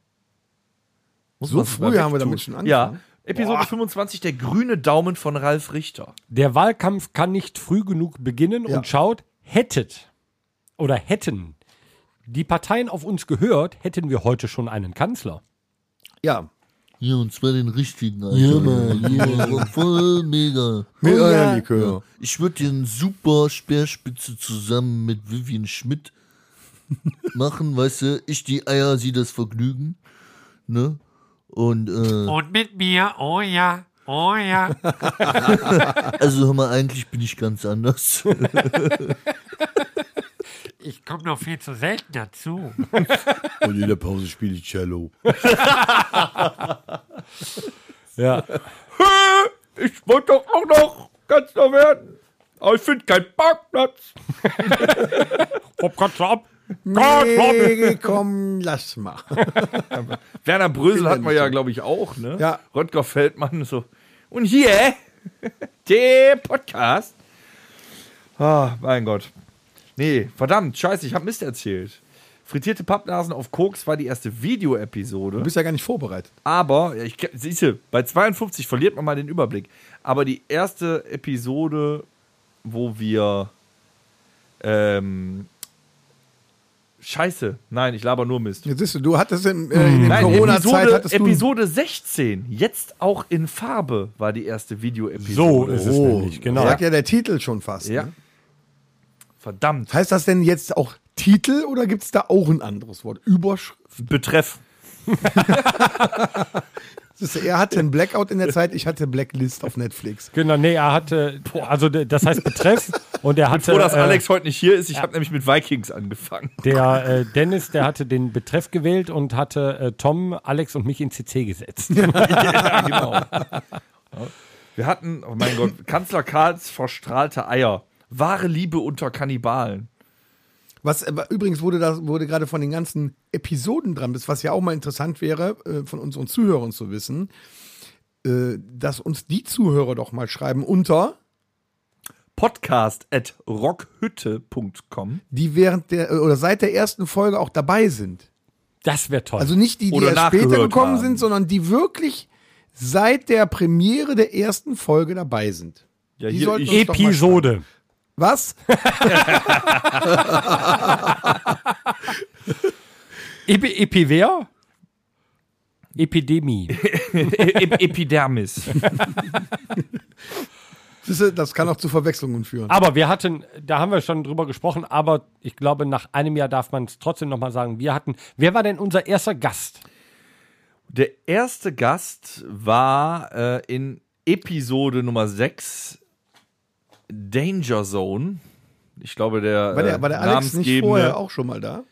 [SPEAKER 3] Muss
[SPEAKER 4] So
[SPEAKER 3] man sich mal
[SPEAKER 4] früh haben wir
[SPEAKER 3] wegtun.
[SPEAKER 4] damit schon
[SPEAKER 3] Ja,
[SPEAKER 4] angefangen?
[SPEAKER 3] Episode 25, der grüne Daumen von Ralf Richter.
[SPEAKER 2] Der Wahlkampf kann nicht früh genug beginnen
[SPEAKER 4] Ja.
[SPEAKER 2] und schaut, hättet oder hätten die Parteien auf uns gehört, hätten wir heute schon einen Kanzler.
[SPEAKER 4] ja.
[SPEAKER 6] Ja, und zwar den richtigen, Alter. Ja, Mann, ja. Voll mega.
[SPEAKER 4] Mit Eierlikör.
[SPEAKER 6] Ich würde den super Speerspitze zusammen mit Vivian Schmidt machen, weißt du? Ich die Eier, sie das Vergnügen. Ne? Und, äh,
[SPEAKER 7] Und mit mir, oh ja, oh ja.
[SPEAKER 6] also hör mal, eigentlich bin ich ganz anders.
[SPEAKER 7] Ich komme noch viel zu selten dazu.
[SPEAKER 6] Und in der Pause spiele ich Cello.
[SPEAKER 2] Ja.
[SPEAKER 3] Ich wollte doch auch noch Kanzler werden, aber ich finde keinen Parkplatz.
[SPEAKER 2] Ob Kanzler ab?
[SPEAKER 4] Nee, komm, lass mal.
[SPEAKER 3] Werner Brösel hatten wir ja, glaube ich, auch, ne?
[SPEAKER 4] Ja.
[SPEAKER 3] Röttger Feldmann so. Und hier der Podcast. Ah, mein Gott. Nee, verdammt, scheiße, ich habe Mist erzählt. Frittierte Pappnasen auf Koks war die erste
[SPEAKER 4] Du
[SPEAKER 3] Videoepisode.
[SPEAKER 4] bist ja gar nicht vorbereitet.
[SPEAKER 3] Aber, ja, ich, siehst du, bei 52 verliert man mal den Überblick. Aber die erste Episode, wo wir. Ähm, scheiße, nein, ich laber nur Mist.
[SPEAKER 4] Jetzt siehst du, du hattest in, äh, in der
[SPEAKER 3] Nein,
[SPEAKER 4] Corona-Zeit
[SPEAKER 3] Episode,
[SPEAKER 4] hattest du.
[SPEAKER 3] Episode 16, jetzt auch in Farbe, war die erste
[SPEAKER 2] So
[SPEAKER 3] Videoepisode.
[SPEAKER 2] ist es nämlich, genau.
[SPEAKER 4] Oh, Sagt ja der Titel schon fast.
[SPEAKER 3] Ja.
[SPEAKER 4] Ne?
[SPEAKER 3] Verdammt.
[SPEAKER 4] Heißt das denn jetzt auch Titel oder gibt es da auch ein anderes Wort? Überschrift.
[SPEAKER 3] Betreff.
[SPEAKER 4] Siehst du, Er hatte einen Blackout in der Zeit, ich hatte Blacklist auf Netflix.
[SPEAKER 2] Genau, nee, er hatte, also d- das heißt Betreff und er hatte,
[SPEAKER 3] Froh, dass
[SPEAKER 2] äh,
[SPEAKER 3] Alex heute nicht hier ist. Ich habe nämlich mit Vikings angefangen.
[SPEAKER 2] der äh, Dennis, der hatte den Betreff gewählt und hatte äh, Tom, Alex und mich in CC gesetzt.
[SPEAKER 3] ja, genau. Wir hatten, oh mein Gott, Kanzler Karls verstrahlte Eier. Wahre Liebe unter Kannibalen.
[SPEAKER 4] Was aber übrigens wurde das wurde gerade von den ganzen Episoden dran bist, was ja auch mal interessant wäre, äh, von unseren Zuhörern zu wissen, äh, dass uns die Zuhörer doch mal schreiben unter,
[SPEAKER 3] Podcast at rockhütte.com
[SPEAKER 4] die während der äh, oder seit der ersten Folge auch dabei sind.
[SPEAKER 2] Das wäre toll.
[SPEAKER 4] Also nicht die, die
[SPEAKER 3] Oder
[SPEAKER 4] erst später
[SPEAKER 3] nachgehört
[SPEAKER 4] gekommen
[SPEAKER 3] haben.
[SPEAKER 4] sind, sondern die wirklich seit der Premiere der ersten Folge dabei sind.
[SPEAKER 3] Ja,
[SPEAKER 4] die
[SPEAKER 3] hier,
[SPEAKER 4] sollten
[SPEAKER 3] ich-
[SPEAKER 4] uns doch mal
[SPEAKER 2] Episode.
[SPEAKER 4] schreiben. Was?
[SPEAKER 2] Epi, Epi wer? Epidemie.
[SPEAKER 3] Ep Epidermis.
[SPEAKER 4] Siehst du, Das kann auch zu Verwechslungen
[SPEAKER 3] Äh,
[SPEAKER 4] führen.
[SPEAKER 2] Aber wir hatten, da haben wir schon drüber gesprochen, aber ich glaube, nach einem Jahr darf man es trotzdem nochmal sagen. Wir hatten, wer war denn unser erster Gast?
[SPEAKER 3] Der erste Gast war äh, in Episode Nummer 6 Danger Zone. Ich glaube, der,
[SPEAKER 4] War
[SPEAKER 3] äh,
[SPEAKER 4] der, war der Alex nicht
[SPEAKER 3] namensgebende-
[SPEAKER 4] vorher auch schon mal da?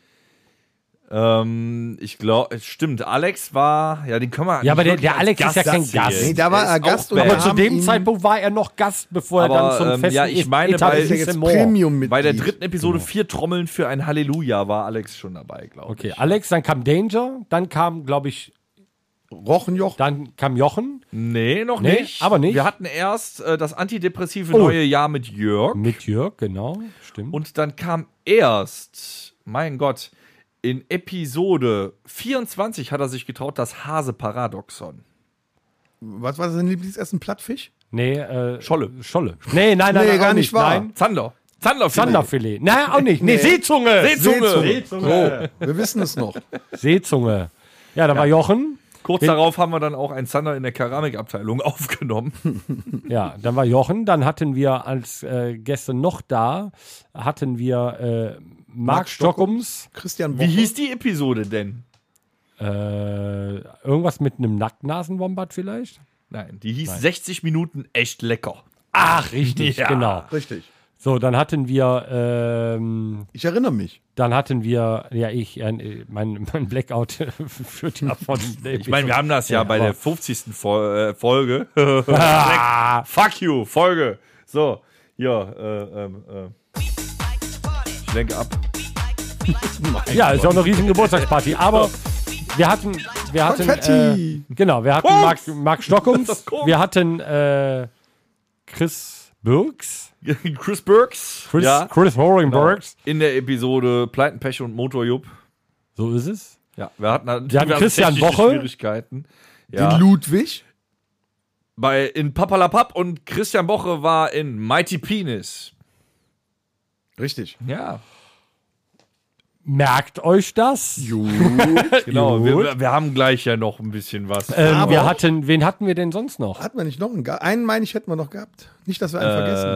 [SPEAKER 3] Ähm, ich glaube, stimmt, Alex war, ja, den können wir
[SPEAKER 2] Ja, aber der,
[SPEAKER 3] nicht wirklich
[SPEAKER 2] der
[SPEAKER 3] als
[SPEAKER 2] Alex ist ja kein
[SPEAKER 3] sehen.
[SPEAKER 2] Gast.
[SPEAKER 4] Nee, da war
[SPEAKER 3] Der
[SPEAKER 4] er
[SPEAKER 3] ist
[SPEAKER 4] Gast
[SPEAKER 3] auch
[SPEAKER 4] und
[SPEAKER 3] Band.
[SPEAKER 2] aber
[SPEAKER 4] wir
[SPEAKER 2] zu
[SPEAKER 4] haben
[SPEAKER 2] dem
[SPEAKER 4] ihn-
[SPEAKER 2] Zeitpunkt war er noch Gast, bevor er
[SPEAKER 3] Aber,
[SPEAKER 2] dann zum
[SPEAKER 3] ähm,
[SPEAKER 2] festen
[SPEAKER 3] ja, ich meine,
[SPEAKER 4] Das ist ja
[SPEAKER 2] Etablissement
[SPEAKER 4] jetzt
[SPEAKER 2] Mord.
[SPEAKER 4] Premium-Mitglied.
[SPEAKER 3] Bei der dritten Episode vier Trommeln für ein Halleluja war Alex schon dabei, glaube
[SPEAKER 2] Okay,
[SPEAKER 3] ich.
[SPEAKER 2] Alex, dann kam Danger, dann kam, glaube ich,
[SPEAKER 4] Rochenjoch.
[SPEAKER 2] dann kam Jochen
[SPEAKER 3] Nee, noch
[SPEAKER 2] Nee,
[SPEAKER 3] nicht.
[SPEAKER 2] aber nicht.
[SPEAKER 3] Wir hatten erst äh, das antidepressive
[SPEAKER 2] Oh.
[SPEAKER 3] neue Jahr mit Jörg.
[SPEAKER 2] mit Jörg, genau, stimmt.
[SPEAKER 3] Und dann kam erst, mein Gott, in Episode 24 hat er sich getraut, das Hase-Paradoxon.
[SPEAKER 4] Was war sein Lieblingsessen? Plattfisch?
[SPEAKER 2] nee, äh,
[SPEAKER 3] Scholle.
[SPEAKER 2] Scholle. Nee, nein, nein,
[SPEAKER 4] Nee,
[SPEAKER 2] nein
[SPEAKER 4] gar
[SPEAKER 2] auch
[SPEAKER 4] nicht wahr.
[SPEAKER 2] Nein.
[SPEAKER 3] Zander. Zander.
[SPEAKER 2] Zanderfilet. Nein, auch nicht. Nee, Seezunge.
[SPEAKER 3] Seezunge. Oh.
[SPEAKER 2] Seezunge.
[SPEAKER 4] Wir wissen es noch.
[SPEAKER 2] Seezunge. Ja, da war Jochen.
[SPEAKER 3] Kurz darauf haben wir dann auch einen Zander in der Keramikabteilung aufgenommen.
[SPEAKER 2] Ja, dann war Jochen. Dann hatten wir als äh, gestern noch da, hatten wir äh, Mark Stockums.
[SPEAKER 4] Christian
[SPEAKER 3] Wie
[SPEAKER 4] Woche.
[SPEAKER 3] hieß die Episode denn?
[SPEAKER 2] Äh, irgendwas mit einem Nacktnasenwombat vielleicht?
[SPEAKER 3] Nein, die hieß 60 Minuten echt lecker.
[SPEAKER 2] Ach, richtig,
[SPEAKER 3] Ja.
[SPEAKER 2] genau.
[SPEAKER 4] Richtig.
[SPEAKER 2] So, dann hatten wir, ähm,
[SPEAKER 4] Ich erinnere mich.
[SPEAKER 2] dann hatten wir, ja, ich, äh, mein, mein Blackout führt ja von.
[SPEAKER 3] Ich meine, wir haben das ja, bei
[SPEAKER 2] aber-
[SPEAKER 3] der 50. Fol äh, Folge. Direkt, Fuck you, Folge. So, ja, äh, ähm, äh. Ich lenke ab.
[SPEAKER 2] Ja, ist ja auch eine riesen Geburtstagsparty. Aber wir hatten, wir hatten, äh,
[SPEAKER 4] Konfetti.
[SPEAKER 2] genau, wir hatten
[SPEAKER 3] Koks.
[SPEAKER 2] Mark, Mark Stockums,
[SPEAKER 3] Das Koks.
[SPEAKER 2] wir hatten äh, Chris Birks,
[SPEAKER 3] Chris Burks.
[SPEAKER 2] Chris,
[SPEAKER 3] ja.
[SPEAKER 2] Chris
[SPEAKER 4] Genau.
[SPEAKER 2] Horingbergs.
[SPEAKER 3] In der Episode Pleitenpech und Motorjub.
[SPEAKER 2] So ist es.
[SPEAKER 3] Ja, wir hatten, wir
[SPEAKER 2] hatten Christian
[SPEAKER 3] technische
[SPEAKER 2] Woche.
[SPEAKER 3] Schwierigkeiten. Ja.
[SPEAKER 4] Den Ludwig.
[SPEAKER 3] bei, in Papalapap und Christian Boche war in Mighty Penis.
[SPEAKER 4] Richtig.
[SPEAKER 3] Ja,
[SPEAKER 2] Merkt euch das.
[SPEAKER 3] genau.
[SPEAKER 2] Gut.
[SPEAKER 3] Wir, wir haben gleich ja noch ein bisschen was.
[SPEAKER 2] Ähm, wir hatten, wen hatten wir denn sonst noch?
[SPEAKER 4] Hatten wir nicht noch einen? Ga- Einen meine ich, hätten wir noch gehabt. Nicht, dass wir
[SPEAKER 2] Äh,
[SPEAKER 4] einen vergessen.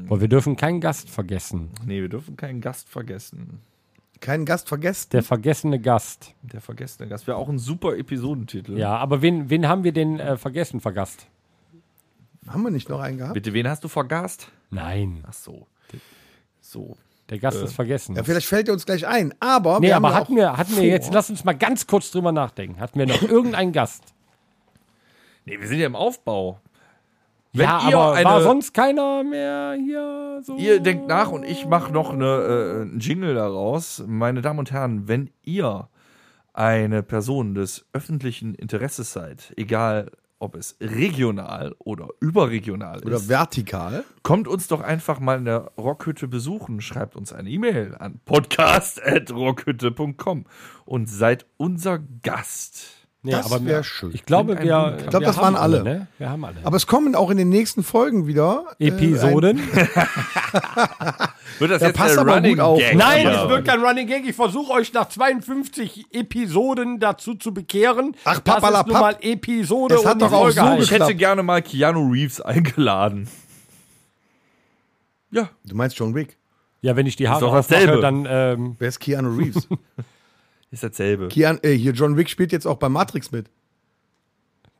[SPEAKER 3] ähm,
[SPEAKER 2] Boah, wir dürfen keinen Gast vergessen.
[SPEAKER 3] nee, wir dürfen keinen Gast vergessen.
[SPEAKER 4] Keinen Gast vergessen.
[SPEAKER 2] Der vergessene Gast.
[SPEAKER 4] Mhm.
[SPEAKER 3] Der vergessene Gast. Wäre auch ein super Episodentitel.
[SPEAKER 2] Ja, aber wen, wen haben wir denn äh, vergessen, vergast?
[SPEAKER 4] Haben wir nicht noch einen gehabt?
[SPEAKER 3] Bitte, wen hast du vergast?
[SPEAKER 2] Nein,
[SPEAKER 3] Ach so. So.
[SPEAKER 2] der Gast ist vergessen.
[SPEAKER 4] Äh, Ja, vielleicht fällt er uns gleich ein. Aber
[SPEAKER 2] nee,
[SPEAKER 4] wir haben
[SPEAKER 2] aber
[SPEAKER 4] ja
[SPEAKER 2] hatten
[SPEAKER 4] auch-
[SPEAKER 2] wir, hatten wir jetzt,
[SPEAKER 4] vor.
[SPEAKER 2] lass uns mal ganz kurz drüber nachdenken. Hatten wir noch irgendeinen Gast?
[SPEAKER 3] Nee, wir sind ja im Aufbau.
[SPEAKER 2] ja,
[SPEAKER 3] ihr
[SPEAKER 2] aber
[SPEAKER 3] eine-
[SPEAKER 2] war sonst keiner mehr hier so?
[SPEAKER 3] Ihr denkt nach und ich mache noch eine, äh, einen Jingle daraus. Meine Damen und Herren, wenn ihr eine Person des öffentlichen Interesses seid, egal ob es regional oder überregional
[SPEAKER 4] Oder
[SPEAKER 3] ist,
[SPEAKER 4] vertikal.
[SPEAKER 3] kommt uns doch einfach mal in der Rockhütte besuchen. Schreibt uns eine E-Mail an podcast.rockhütte.com und seid unser Gast.
[SPEAKER 2] Nee,
[SPEAKER 4] Das
[SPEAKER 2] aber
[SPEAKER 4] wär
[SPEAKER 2] wir-
[SPEAKER 4] schön.
[SPEAKER 2] Ich glaube,
[SPEAKER 3] Irgendein
[SPEAKER 2] wir,
[SPEAKER 3] Blumenkampf.
[SPEAKER 2] ich
[SPEAKER 3] Ich
[SPEAKER 4] glaub, das waren alle. Äh,
[SPEAKER 2] Ne? Wir haben alle.
[SPEAKER 4] Aber es kommen auch in den nächsten Folgen wieder äh,
[SPEAKER 2] Episoden.
[SPEAKER 3] Wird das
[SPEAKER 4] Ja,
[SPEAKER 3] jetzt
[SPEAKER 4] passt
[SPEAKER 3] der
[SPEAKER 4] aber gut
[SPEAKER 3] Running
[SPEAKER 4] auf. ne?
[SPEAKER 3] Gag?
[SPEAKER 2] Nein,
[SPEAKER 3] Ja.
[SPEAKER 2] es wird kein Running Gag. Ich versuche euch nach 52 Episoden dazu zu bekehren. das
[SPEAKER 4] Ach,
[SPEAKER 2] ist nun
[SPEAKER 4] papalapap.
[SPEAKER 2] mal Episode
[SPEAKER 4] Es hat
[SPEAKER 2] und die
[SPEAKER 4] doch auch
[SPEAKER 2] Folge
[SPEAKER 4] so
[SPEAKER 2] heißt.
[SPEAKER 3] Ich hätte
[SPEAKER 4] geklappt.
[SPEAKER 3] gerne mal Keanu Reeves eingeladen. Ja,
[SPEAKER 4] Ein, du meinst John Wick.
[SPEAKER 2] Ja, wenn ich die Haare
[SPEAKER 3] doch
[SPEAKER 2] aufmache,
[SPEAKER 3] dasselbe.
[SPEAKER 2] dann ähm,
[SPEAKER 4] Wer ist Keanu Reeves?
[SPEAKER 3] ist dasselbe.
[SPEAKER 4] Keanu, äh, hier, John Wick spielt jetzt auch bei Matrix mit.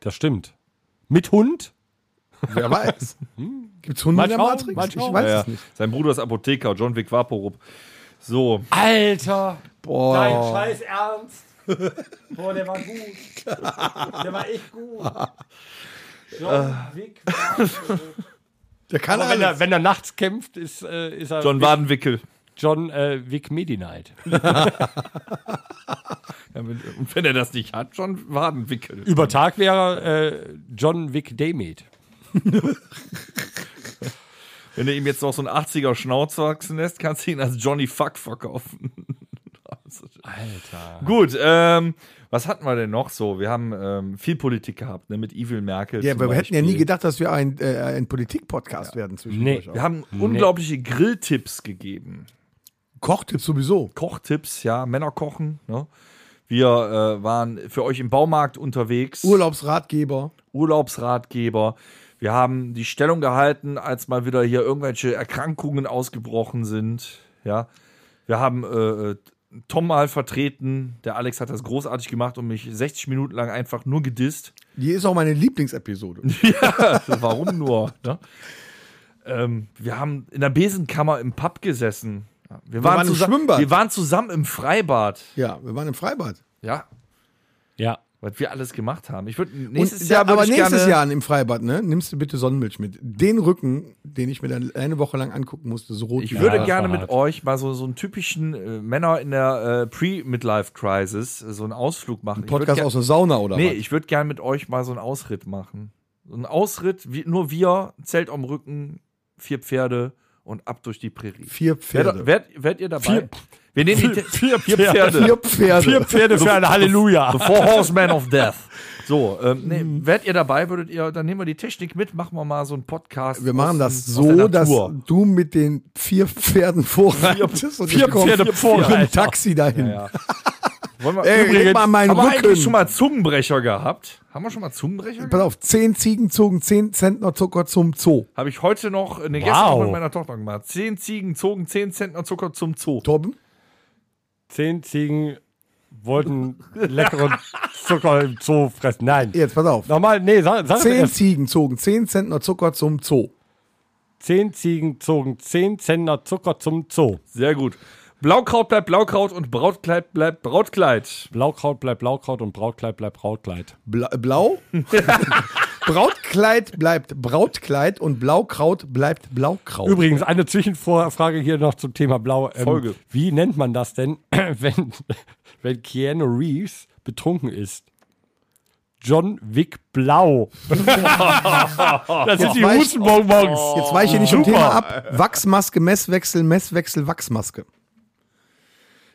[SPEAKER 2] das stimmt. Mit Hund?
[SPEAKER 4] Wer weiß. Gibt's Hunde in der
[SPEAKER 2] Manchmal,
[SPEAKER 4] Matrix?
[SPEAKER 2] manchmal.
[SPEAKER 4] Ich weiß
[SPEAKER 3] Ja,
[SPEAKER 4] es nicht.
[SPEAKER 3] Sein Bruder ist Apotheker, John Vic Vaporub. So,
[SPEAKER 2] Alter, dein
[SPEAKER 4] Boah.
[SPEAKER 2] Scheiß Ernst. Boah, der war gut. Der war echt gut. John Wick
[SPEAKER 4] Der kann
[SPEAKER 2] Aber wenn er,
[SPEAKER 4] alles.
[SPEAKER 2] wenn er nachts kämpft, ist, äh, ist er
[SPEAKER 3] John Wadenwickel.
[SPEAKER 2] John äh, Vic Medi-Knight.
[SPEAKER 3] Ja, wenn- Und wenn er das nicht hat, John Wadenwickel.
[SPEAKER 2] Über Tag wäre er äh, John Vic Demet.
[SPEAKER 3] Wenn er ihm jetzt noch so einen 80er Schnauz wachsen lässt, kannst du ihn als Johnny Fuck verkaufen.
[SPEAKER 2] Alter.
[SPEAKER 3] Gut, ähm, was hatten wir denn noch so? Wir haben ähm, viel Politik gehabt, ne, mit Evil Merkel.
[SPEAKER 4] Ja,
[SPEAKER 3] zum
[SPEAKER 4] aber wir hätten ja
[SPEAKER 3] Beispiel.
[SPEAKER 4] nie gedacht, dass wir ein, äh, ein Politik-Podcast werden zwischen
[SPEAKER 2] Nee.
[SPEAKER 4] euch.
[SPEAKER 3] Wir
[SPEAKER 4] Auch.
[SPEAKER 3] haben unglaubliche Grilltipps gegeben.
[SPEAKER 4] Kochtipps sowieso.
[SPEAKER 3] Kochtipps, ja, Männer kochen. Ne? Wir äh, waren für euch im Baumarkt unterwegs.
[SPEAKER 4] Urlaubsratgeber.
[SPEAKER 3] Urlaubsratgeber. Wir haben die Stellung gehalten, als mal wieder hier irgendwelche Erkrankungen ausgebrochen sind. Ja, wir haben äh, äh, Tom mal vertreten. Der Alex hat das großartig gemacht und mich 60 Minuten lang einfach nur gedisst.
[SPEAKER 4] Die ist auch meine Lieblingsepisode.
[SPEAKER 3] Warum nur? Ne? Ähm, wir haben in der Besenkammer im Pub gesessen. Ja, Wir
[SPEAKER 4] waren im
[SPEAKER 3] zusa-
[SPEAKER 4] Schwimmbad.
[SPEAKER 3] Wir waren zusammen im Freibad.
[SPEAKER 4] Ja, wir waren im Freibad.
[SPEAKER 3] Ja,
[SPEAKER 2] Ja.
[SPEAKER 3] was wir alles gemacht haben. Ich würde
[SPEAKER 4] Und
[SPEAKER 3] nächstes
[SPEAKER 4] ja,
[SPEAKER 3] Jahr würd
[SPEAKER 4] aber
[SPEAKER 3] ich
[SPEAKER 4] nächstes
[SPEAKER 3] gerne,
[SPEAKER 4] Jahr im Freibad, ne? Nimmst du bitte Sonnenmilch mit. Den Rücken, den ich mir dann eine Woche lang angucken musste, so rot.
[SPEAKER 3] Ich
[SPEAKER 4] wie-
[SPEAKER 3] würde
[SPEAKER 2] das
[SPEAKER 3] gerne
[SPEAKER 2] war
[SPEAKER 3] mit
[SPEAKER 2] hart.
[SPEAKER 3] euch mal so, so einen typischen äh, Männer in der äh, Pre-Midlife-Crisis äh, so einen Ausflug machen.
[SPEAKER 4] Podcast
[SPEAKER 3] ich
[SPEAKER 4] aus
[SPEAKER 3] würd
[SPEAKER 4] der Sauna oder
[SPEAKER 3] gern, Nee,
[SPEAKER 4] was?
[SPEAKER 3] ich würde gerne mit euch mal so einen Ausritt machen. So einen Ausritt, wie, nur wir, Zelt am Rücken, vier Pferde und ab durch die Prärie.
[SPEAKER 4] Vier Pferde.
[SPEAKER 3] Werdet werd, werd ihr dabei?
[SPEAKER 2] Vier-
[SPEAKER 3] Wir nehmen die vier,
[SPEAKER 4] Vier
[SPEAKER 3] vier
[SPEAKER 4] Pferde.
[SPEAKER 2] Vier Pferde für ein Halleluja.
[SPEAKER 3] The Four Horsemen of Death. So, ähm, nee, werdet ihr dabei, würdet ihr, dann nehmen wir die Technik mit, machen wir mal so einen Podcast.
[SPEAKER 4] Wir machen
[SPEAKER 3] aus
[SPEAKER 4] das
[SPEAKER 3] dem- aus der
[SPEAKER 4] so, dass
[SPEAKER 3] Natur.
[SPEAKER 4] du mit den vier Pferden vorreitest und
[SPEAKER 2] vier
[SPEAKER 4] ich komm
[SPEAKER 2] Pferde
[SPEAKER 4] mit
[SPEAKER 2] Vorreiter.
[SPEAKER 4] dem Taxi dahin.
[SPEAKER 3] Ja. Wollen wir,
[SPEAKER 4] Ey,
[SPEAKER 3] übrigens,
[SPEAKER 4] leg mal an meinen
[SPEAKER 3] haben wir
[SPEAKER 4] Rücken.
[SPEAKER 3] eigentlich schon mal Zungenbrecher gehabt? Haben wir schon mal Zungenbrecher
[SPEAKER 4] Pass
[SPEAKER 3] gehabt?
[SPEAKER 4] auf, zehn Ziegen zogen zehn Zentner Zucker zum Zoo.
[SPEAKER 3] Habe ich heute noch, äh, nee, gestern
[SPEAKER 2] Wow.
[SPEAKER 3] noch mit meiner Tochter gemacht. Zehn Ziegen zogen 10 Zentner Zucker zum Zoo.
[SPEAKER 4] Torben?
[SPEAKER 2] Zehn Ziegen wollten leckeren Zucker im Zoo fressen. Nein.
[SPEAKER 4] Jetzt pass auf.
[SPEAKER 2] Nochmal, nee, sag, sag
[SPEAKER 4] Zehn
[SPEAKER 2] erst.
[SPEAKER 4] Ziegen zogen zehn Zentner Zucker zum Zoo.
[SPEAKER 2] Zehn Ziegen zogen zehn Zentner Zucker zum Zoo.
[SPEAKER 3] Sehr gut. Blaukraut bleibt Blaukraut und Brautkleid bleibt Brautkleid.
[SPEAKER 2] Blaukraut bleibt Blaukraut und Brautkleid bleibt Brautkleid.
[SPEAKER 4] Bla Blau? Brautkleid bleibt Brautkleid und Blaukraut bleibt Blaukraut.
[SPEAKER 2] Übrigens, eine Zwischenfrage hier noch zum Thema Blau. Ähm,
[SPEAKER 3] Folge.
[SPEAKER 2] Wie nennt man das denn, wenn, wenn Keanu Reeves betrunken ist? John Wick Blau. das sind die
[SPEAKER 4] weiß-
[SPEAKER 2] Hustenbonbons.
[SPEAKER 3] Oh.
[SPEAKER 4] Jetzt weiche nicht vom Thema ab. Wachsmaske, Messwechsel, Messwechsel, Wachsmaske.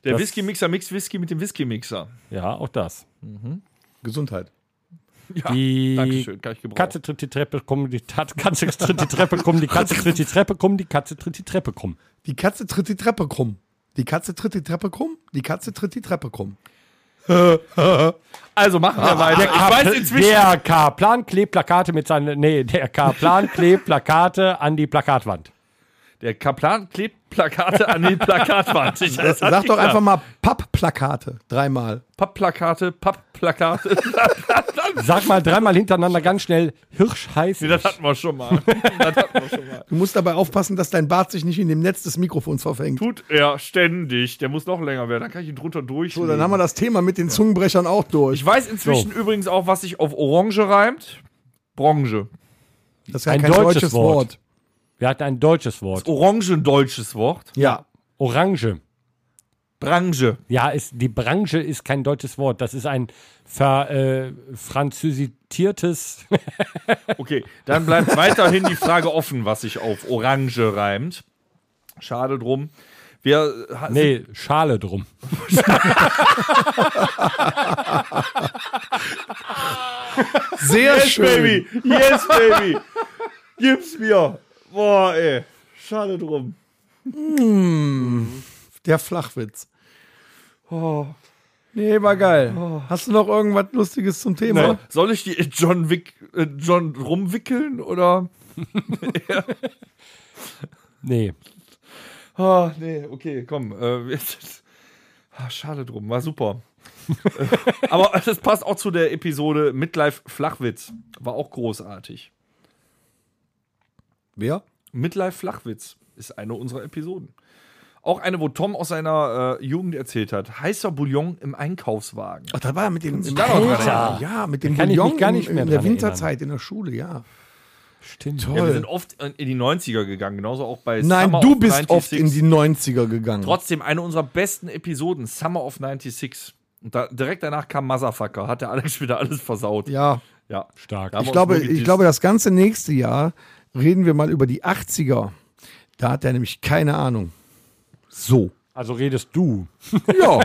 [SPEAKER 3] Der
[SPEAKER 2] Das-
[SPEAKER 3] Whisky-Mixer mixt Whisky mit dem Whisky-Mixer.
[SPEAKER 2] Ja, auch das.
[SPEAKER 4] Gesundheit.
[SPEAKER 3] Ja,
[SPEAKER 2] Die
[SPEAKER 3] Dankeschön, kann ich gebrauchen.
[SPEAKER 2] Katze tritt die Treppe, komm, die Tat, Katze tritt die Treppe, komm, die Katze tritt die Treppe, komm, die Katze tritt die Treppe, komm.
[SPEAKER 4] Die Katze tritt die Treppe krumm. Die Katze tritt die Treppe krumm. Die Katze tritt die Treppe krumm.
[SPEAKER 3] Also machen wir weiter. Ich weiß inzwischen.
[SPEAKER 2] Der K-Plan klebt Plakate mit seinen, nee, der K-Plan klebt Plakate an die Plakatwand.
[SPEAKER 3] Der Kaplan klebt Plakate an die Plakatwand. Ich weiß,
[SPEAKER 4] Sag doch einfach mal Pappplakate. Dreimal.
[SPEAKER 3] Pappplakate, Pappplakate.
[SPEAKER 2] Sag mal dreimal hintereinander ganz schnell, Hirsch heißt.
[SPEAKER 3] das hatten wir schon mal. Das hatten wir schon mal.
[SPEAKER 4] Du musst dabei aufpassen, dass dein Bart sich nicht in dem Netz des Mikrofons verfängt.
[SPEAKER 3] Tut er ständig. Der muss noch länger werden. Dann kann ich ihn drunter durch.
[SPEAKER 4] So, dann haben wir das Thema mit den Zungenbrechern auch durch.
[SPEAKER 3] Ich weiß inzwischen übrigens auch, was sich auf Orange reimt. Branche.
[SPEAKER 4] Das ist ja
[SPEAKER 2] Ein
[SPEAKER 4] kein
[SPEAKER 2] deutsches
[SPEAKER 4] deutsches,
[SPEAKER 2] Wort.
[SPEAKER 4] Wort.
[SPEAKER 2] Wir hatten ein deutsches Wort.
[SPEAKER 3] Orange ein deutsches Wort.
[SPEAKER 4] Ja.
[SPEAKER 2] Orange.
[SPEAKER 3] Branche.
[SPEAKER 2] Ja, ist, die Branche ist kein deutsches Wort. Das ist ein ver, äh, französitiertes.
[SPEAKER 3] Okay, dann bleibt weiterhin die Frage offen, was sich auf Orange reimt. Schade drum. Wir ha- sind-
[SPEAKER 2] Nee, Schale drum.
[SPEAKER 4] Sehr schön.
[SPEAKER 3] Baby, yes, Baby. Gib's mir. Boah, ey. Schade drum.
[SPEAKER 4] Der Flachwitz. Oh. Nee, war geil. Hast du noch irgendwas Lustiges zum Thema?
[SPEAKER 3] So, soll ich die in John Wick, äh, John rumwickeln oder?
[SPEAKER 2] Nee.
[SPEAKER 3] Ah, nee, okay, komm. Äh, jetzt- ah, schade drum, war super. Äh, Aber das passt auch zu der Episode Midlife Flachwitz. War auch großartig.
[SPEAKER 4] Wer?
[SPEAKER 3] Midlife Flachwitz ist eine unserer Episoden. Auch eine, wo Tom aus seiner äh, Jugend erzählt hat. Heißer Bouillon im Einkaufswagen.
[SPEAKER 4] Ach, da war er mit dem
[SPEAKER 3] da noch dran
[SPEAKER 4] Alter. Ja, mit dem
[SPEAKER 2] Kann ich mich
[SPEAKER 4] Bouillon
[SPEAKER 2] gar nicht
[SPEAKER 4] in,
[SPEAKER 2] mehr
[SPEAKER 4] in der
[SPEAKER 2] dran
[SPEAKER 4] Winterzeit in der Schule, ja.
[SPEAKER 2] Stimmt.
[SPEAKER 3] Ja, wir sind oft in in die 90er gegangen, genauso auch bei
[SPEAKER 4] Nein,
[SPEAKER 3] Summer
[SPEAKER 4] du
[SPEAKER 3] of
[SPEAKER 4] bist
[SPEAKER 3] 96.
[SPEAKER 4] oft in die 90er gegangen.
[SPEAKER 3] Trotzdem eine unserer besten Episoden, Summer of 96. Und da, direkt danach kam Motherfucker, hat der Alex wieder alles versaut.
[SPEAKER 4] ja,
[SPEAKER 3] ja.
[SPEAKER 2] Stark.
[SPEAKER 3] Da haben wir
[SPEAKER 4] ich
[SPEAKER 3] uns
[SPEAKER 4] glaube,
[SPEAKER 3] nur gedisst.
[SPEAKER 4] ich glaube, das ganze nächste Jahr reden wir mal über die 80er. Da hat er nämlich keine Ahnung. So.
[SPEAKER 2] Also redest du.
[SPEAKER 4] Ja.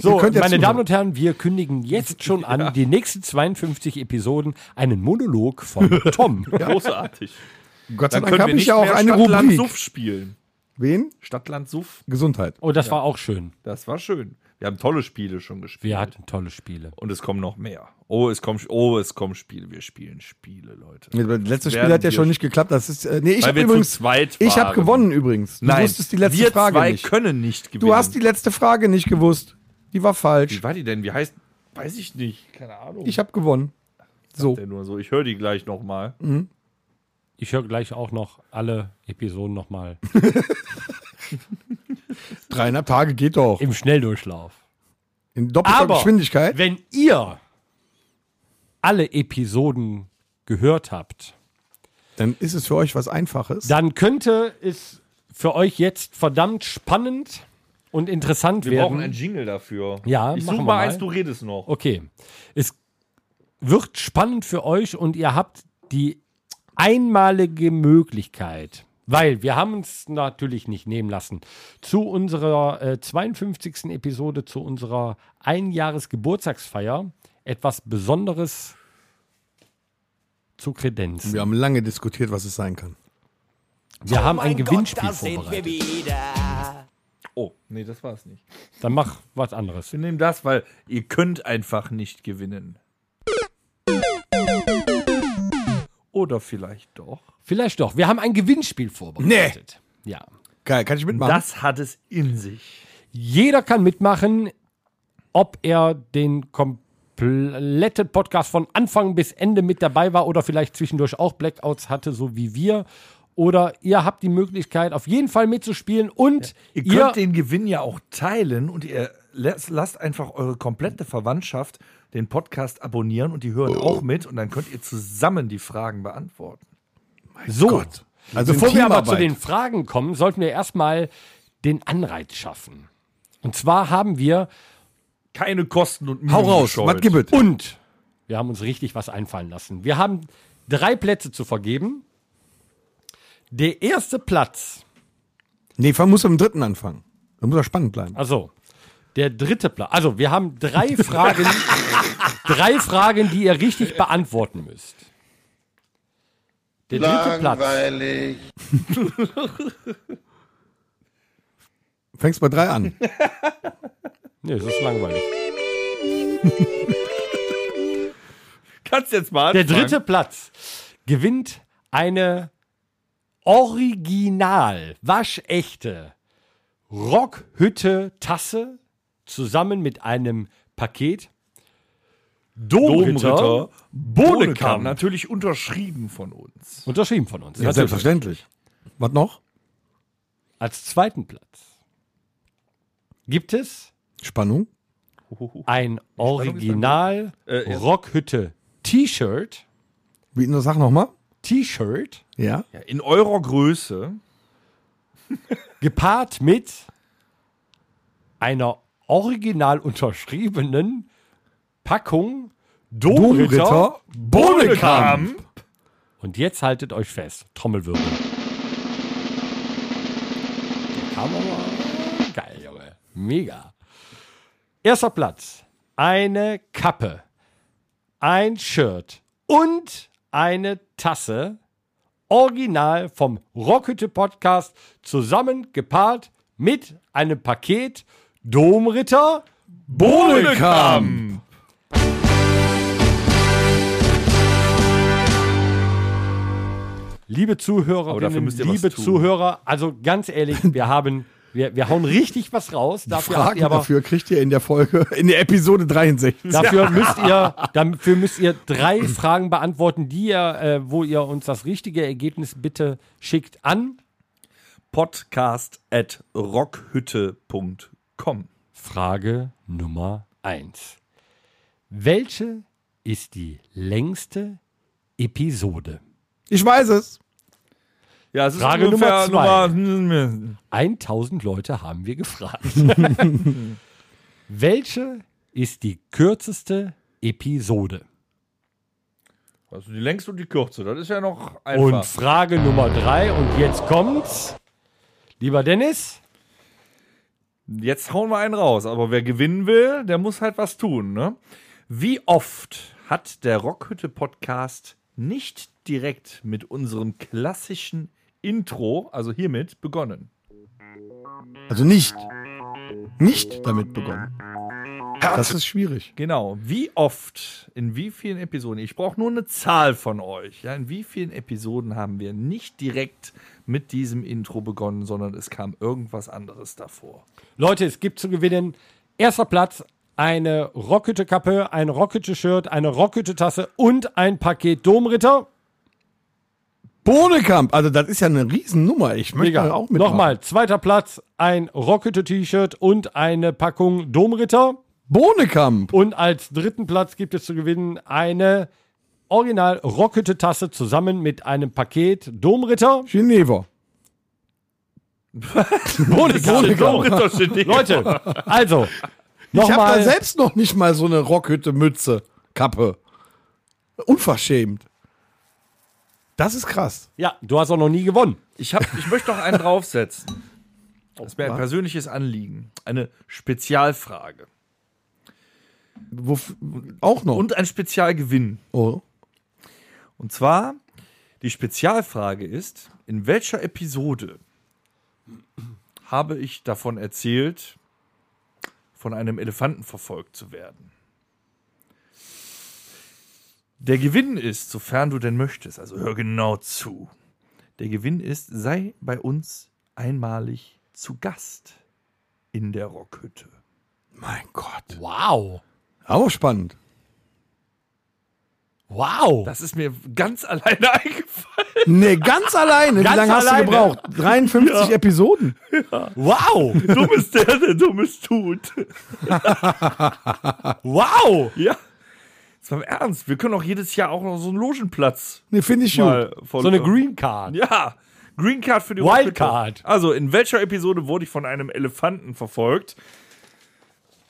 [SPEAKER 2] So,
[SPEAKER 4] Ihr könnt
[SPEAKER 2] meine
[SPEAKER 4] ja zuhören.
[SPEAKER 2] Damen und Herren, wir kündigen jetzt schon an, die nächsten 52 Episoden einen Monolog von Tom.
[SPEAKER 3] großartig.
[SPEAKER 4] Gott sei Dank
[SPEAKER 3] Dann können wir
[SPEAKER 4] habe ich
[SPEAKER 3] nicht
[SPEAKER 4] ja auch
[SPEAKER 3] mehr
[SPEAKER 4] eine
[SPEAKER 3] Stadtland
[SPEAKER 4] Rubrik.
[SPEAKER 3] Suff spielen.
[SPEAKER 4] Wen?
[SPEAKER 3] Stadtland Suff,
[SPEAKER 4] Gesundheit.
[SPEAKER 2] Oh, das war auch schön.
[SPEAKER 3] das war schön. Wir haben tolle Spiele schon gespielt.
[SPEAKER 2] Wir hatten tolle Spiele.
[SPEAKER 3] Und es kommen noch mehr. Oh, es kommen, oh, es kommen Spiele. Wir spielen Spiele, Leute.
[SPEAKER 4] Letztes Spiel
[SPEAKER 3] Werden
[SPEAKER 4] hat ja
[SPEAKER 3] wir-
[SPEAKER 4] schon nicht geklappt. Das ist, äh, nee, ich
[SPEAKER 3] Weil
[SPEAKER 4] habe
[SPEAKER 3] wir
[SPEAKER 4] übrigens,
[SPEAKER 3] zu zweit
[SPEAKER 4] ich habe
[SPEAKER 3] waren.
[SPEAKER 4] gewonnen übrigens. Du wusstest die letzte
[SPEAKER 3] wir
[SPEAKER 4] Frage
[SPEAKER 3] zwei
[SPEAKER 4] nicht.
[SPEAKER 3] können nicht gewinnen.
[SPEAKER 4] Du hast die letzte Frage nicht gewusst. Die war falsch.
[SPEAKER 3] Wie war die denn? Wie heißt? Weiß ich nicht. Keine Ahnung.
[SPEAKER 4] Ich habe gewonnen. So.
[SPEAKER 3] der nur so. Ich höre die gleich nochmal.
[SPEAKER 2] Ich höre gleich auch noch alle Episoden nochmal
[SPEAKER 4] Dreieinhalb Tage geht doch.
[SPEAKER 2] im Schnelldurchlauf.
[SPEAKER 4] In doppelter
[SPEAKER 2] Aber-
[SPEAKER 4] Geschwindigkeit.
[SPEAKER 2] Wenn ihr alle Episoden gehört habt,
[SPEAKER 4] Dann ist es für euch was Einfaches.
[SPEAKER 2] dann könnte es für euch jetzt verdammt spannend und interessant
[SPEAKER 3] Wir
[SPEAKER 2] werden.
[SPEAKER 3] brauchen einen Jingle dafür.
[SPEAKER 2] Ja,
[SPEAKER 3] ich
[SPEAKER 2] machen
[SPEAKER 3] suche
[SPEAKER 2] wir
[SPEAKER 3] mal
[SPEAKER 2] mal.
[SPEAKER 3] eins, du redest noch.
[SPEAKER 2] Okay. Es wird spannend für euch und ihr habt die einmalige Möglichkeit, weil wir haben uns natürlich nicht nehmen lassen, zu unserer äh, 52. Episode, zu unserer Einjahres-Geburtstagsfeier etwas Besonderes zu kredenzen.
[SPEAKER 4] Wir haben lange diskutiert, was es sein kann.
[SPEAKER 2] Wir haben ein
[SPEAKER 5] Oh Mein
[SPEAKER 2] Gewinnspiel
[SPEAKER 5] Gott, da sind wir
[SPEAKER 2] vorbereitet.
[SPEAKER 5] wieder.
[SPEAKER 3] Oh, nee, das war's nicht.
[SPEAKER 2] Dann mach was anderes.
[SPEAKER 3] Wir nehmen das, weil ihr könnt einfach nicht gewinnen. Oder vielleicht doch.
[SPEAKER 2] Vielleicht doch. Wir haben ein Gewinnspiel vorbereitet. Nee. Ja.
[SPEAKER 4] Geil, kann ich mitmachen?
[SPEAKER 3] Das hat es in sich.
[SPEAKER 2] Jeder kann mitmachen, ob er den kompletten Podcast von Anfang bis Ende mit dabei war oder vielleicht zwischendurch auch Blackouts hatte, so wie wir. Oder ihr habt die Möglichkeit, auf jeden Fall mitzuspielen und
[SPEAKER 3] Ihr
[SPEAKER 2] ihr
[SPEAKER 3] könnt den Gewinn ja auch teilen und ihr las- lasst einfach eure komplette Verwandtschaft den Podcast abonnieren und die hören auch mit und dann könnt ihr zusammen die Fragen beantworten.
[SPEAKER 2] So,
[SPEAKER 4] Also
[SPEAKER 2] bevor wir aber zu
[SPEAKER 4] Teamarbeit.
[SPEAKER 2] den Fragen kommen, sollten wir erstmal den Anreiz schaffen. Und zwar haben wir
[SPEAKER 3] Keine Kosten und Mühen
[SPEAKER 4] Hau raus,
[SPEAKER 3] gescheut.
[SPEAKER 4] was gibt es?
[SPEAKER 2] und wir haben uns richtig was einfallen lassen. Wir haben drei Plätze zu vergeben. Der erste Platz,
[SPEAKER 4] Nee, man muss am dritten anfangen. Da muss er spannend bleiben.
[SPEAKER 2] also der dritte Platz, also wir haben drei Fragen, drei Fragen, die ihr richtig beantworten müsst. Der dritte Platz.
[SPEAKER 8] Langweilig.
[SPEAKER 4] Fängst bei drei an.
[SPEAKER 2] Nee, es ist langweilig.
[SPEAKER 3] Kannst jetzt mal
[SPEAKER 2] Der
[SPEAKER 3] anfangen.
[SPEAKER 2] dritte Platz gewinnt eine original waschechte Rockhütte-Tasse zusammen mit einem Paket Domritter,
[SPEAKER 3] Domritter Bodekamp,
[SPEAKER 2] Bodekamp.
[SPEAKER 3] natürlich unterschrieben von uns.
[SPEAKER 2] Unterschrieben von uns.
[SPEAKER 4] Ja, selbstverständlich. Was noch?
[SPEAKER 2] Als zweiten Platz gibt es
[SPEAKER 4] Spannung.
[SPEAKER 2] ein original
[SPEAKER 3] Äh, erst-
[SPEAKER 2] Rockhütte-T-Shirt.
[SPEAKER 4] Wie das sag nochmal.
[SPEAKER 2] T-Shirt
[SPEAKER 4] Ja.
[SPEAKER 3] Ja, in eurer Größe
[SPEAKER 2] gepaart mit einer original unterschriebenen Packung Domritter.
[SPEAKER 4] Domritter Bohnekamp.
[SPEAKER 2] Und jetzt haltet euch fest, Trommelwirbel. Der kam aber geil, Junge. Mega. Erster Platz. Eine Kappe, ein Shirt und eine Tasse. Original vom Rockhütte Podcast zusammen gepaart mit einem Paket Domritter Bohnekamp. Liebe
[SPEAKER 3] Aber dafür
[SPEAKER 2] Zuhörerinnen,
[SPEAKER 3] müsst ihr was
[SPEAKER 2] liebe
[SPEAKER 3] tun.
[SPEAKER 2] Zuhörer, also ganz ehrlich, wir haben, wir, wir hauen richtig was raus. Dafür, habt
[SPEAKER 4] Fragen
[SPEAKER 2] ihr aber,
[SPEAKER 4] dafür kriegt ihr in der Folge, in der Episode 63.
[SPEAKER 2] dafür müsst ihr, dafür müsst ihr drei Fragen beantworten, die ihr, äh, wo ihr uns das richtige Ergebnis bitte schickt an
[SPEAKER 3] Podcast at rockhütte.com.
[SPEAKER 2] Frage Nummer 1. Welche ist die längste Episode?
[SPEAKER 4] Ich weiß es.
[SPEAKER 3] Ja, es ist
[SPEAKER 2] Frage
[SPEAKER 3] ungefähr
[SPEAKER 2] Nummer
[SPEAKER 3] Nummer Hm,
[SPEAKER 2] 1000 Leute haben wir gefragt. Welche ist die kürzeste Episode?
[SPEAKER 3] Also die längste und die kürze, das ist ja noch
[SPEAKER 2] Und
[SPEAKER 3] einfach.
[SPEAKER 2] Frage Nummer 3 und jetzt kommt's. Lieber Dennis,
[SPEAKER 3] Und jetzt hauen wir einen raus, aber wer gewinnen will, der muss halt was tun, ne? Wie oft hat der Rockhütte Podcast nicht direkt mit unserem klassischen Intro, also hiermit begonnen?
[SPEAKER 4] Also nicht. Nicht damit begonnen. Das ist schwierig.
[SPEAKER 3] Genau, wie oft, in wie vielen Episoden, ich brauche nur eine Zahl von euch, ja, in wie vielen Episoden haben wir nicht direkt mit diesem Intro begonnen, sondern es kam irgendwas anderes davor.
[SPEAKER 2] Leute, es gibt zu gewinnen. Erster Platz, eine Rockhütte-Kappe, ein Rockhütte-Shirt, eine Rockhütte-Tasse und ein Paket Domritter.
[SPEAKER 4] Bohnekamp, also das ist ja eine Riesennummer. Ich möchte
[SPEAKER 2] Mega.
[SPEAKER 4] da auch mitmachen.
[SPEAKER 2] Nochmal, zweiter Platz, ein Rockhütte-T-Shirt und eine Packung Domritter.
[SPEAKER 4] Bohnekamp.
[SPEAKER 2] Und als dritten Platz gibt es zu gewinnen eine original Rockhütte-Tasse zusammen mit einem Paket Domritter.
[SPEAKER 4] Geneva.
[SPEAKER 2] Bohnekamp.
[SPEAKER 3] Leute,
[SPEAKER 2] Leute, also,
[SPEAKER 4] Ich habe da
[SPEAKER 2] nochmal.
[SPEAKER 4] selbst noch nicht mal so eine Rockhütte-Mütze, Kappe. Unverschämt. Das ist krass.
[SPEAKER 2] Ja, du hast auch noch nie gewonnen.
[SPEAKER 3] ich, hab, ich möchte noch einen draufsetzen. Das ist mir ein persönliches Anliegen. Eine Spezialfrage.
[SPEAKER 4] Wof auch noch.
[SPEAKER 3] Und ein Spezialgewinn.
[SPEAKER 4] oh.
[SPEAKER 3] Und zwar, die Spezialfrage ist, in welcher Episode habe ich davon erzählt, von einem Elefanten verfolgt zu werden? Der Gewinn ist, sofern du denn möchtest, also hör genau zu, der Gewinn ist, sei bei uns einmalig zu Gast in der Rockhütte.
[SPEAKER 4] Mein Gott.
[SPEAKER 2] Wow.
[SPEAKER 4] Auch spannend.
[SPEAKER 2] Wow.
[SPEAKER 3] Das ist mir ganz alleine eingefallen.
[SPEAKER 4] Nee, ganz alleine.
[SPEAKER 2] Ganz
[SPEAKER 4] Wie lange hast du
[SPEAKER 2] alleine.
[SPEAKER 4] gebraucht? 53 Episoden.
[SPEAKER 2] Wow!
[SPEAKER 3] Dumm ist der, der Dummes tut.
[SPEAKER 2] Wow!
[SPEAKER 3] Ja. Jetzt mal im Ernst, wir können auch jedes Jahr auch noch so einen Logenplatz
[SPEAKER 4] Nee, finde ich gut.
[SPEAKER 3] mal voll.
[SPEAKER 2] So eine Green Card.
[SPEAKER 3] Ja. Green Card für die
[SPEAKER 2] Wildcard.
[SPEAKER 3] Hospital. Also, in welcher Episode wurde ich von einem Elefanten verfolgt?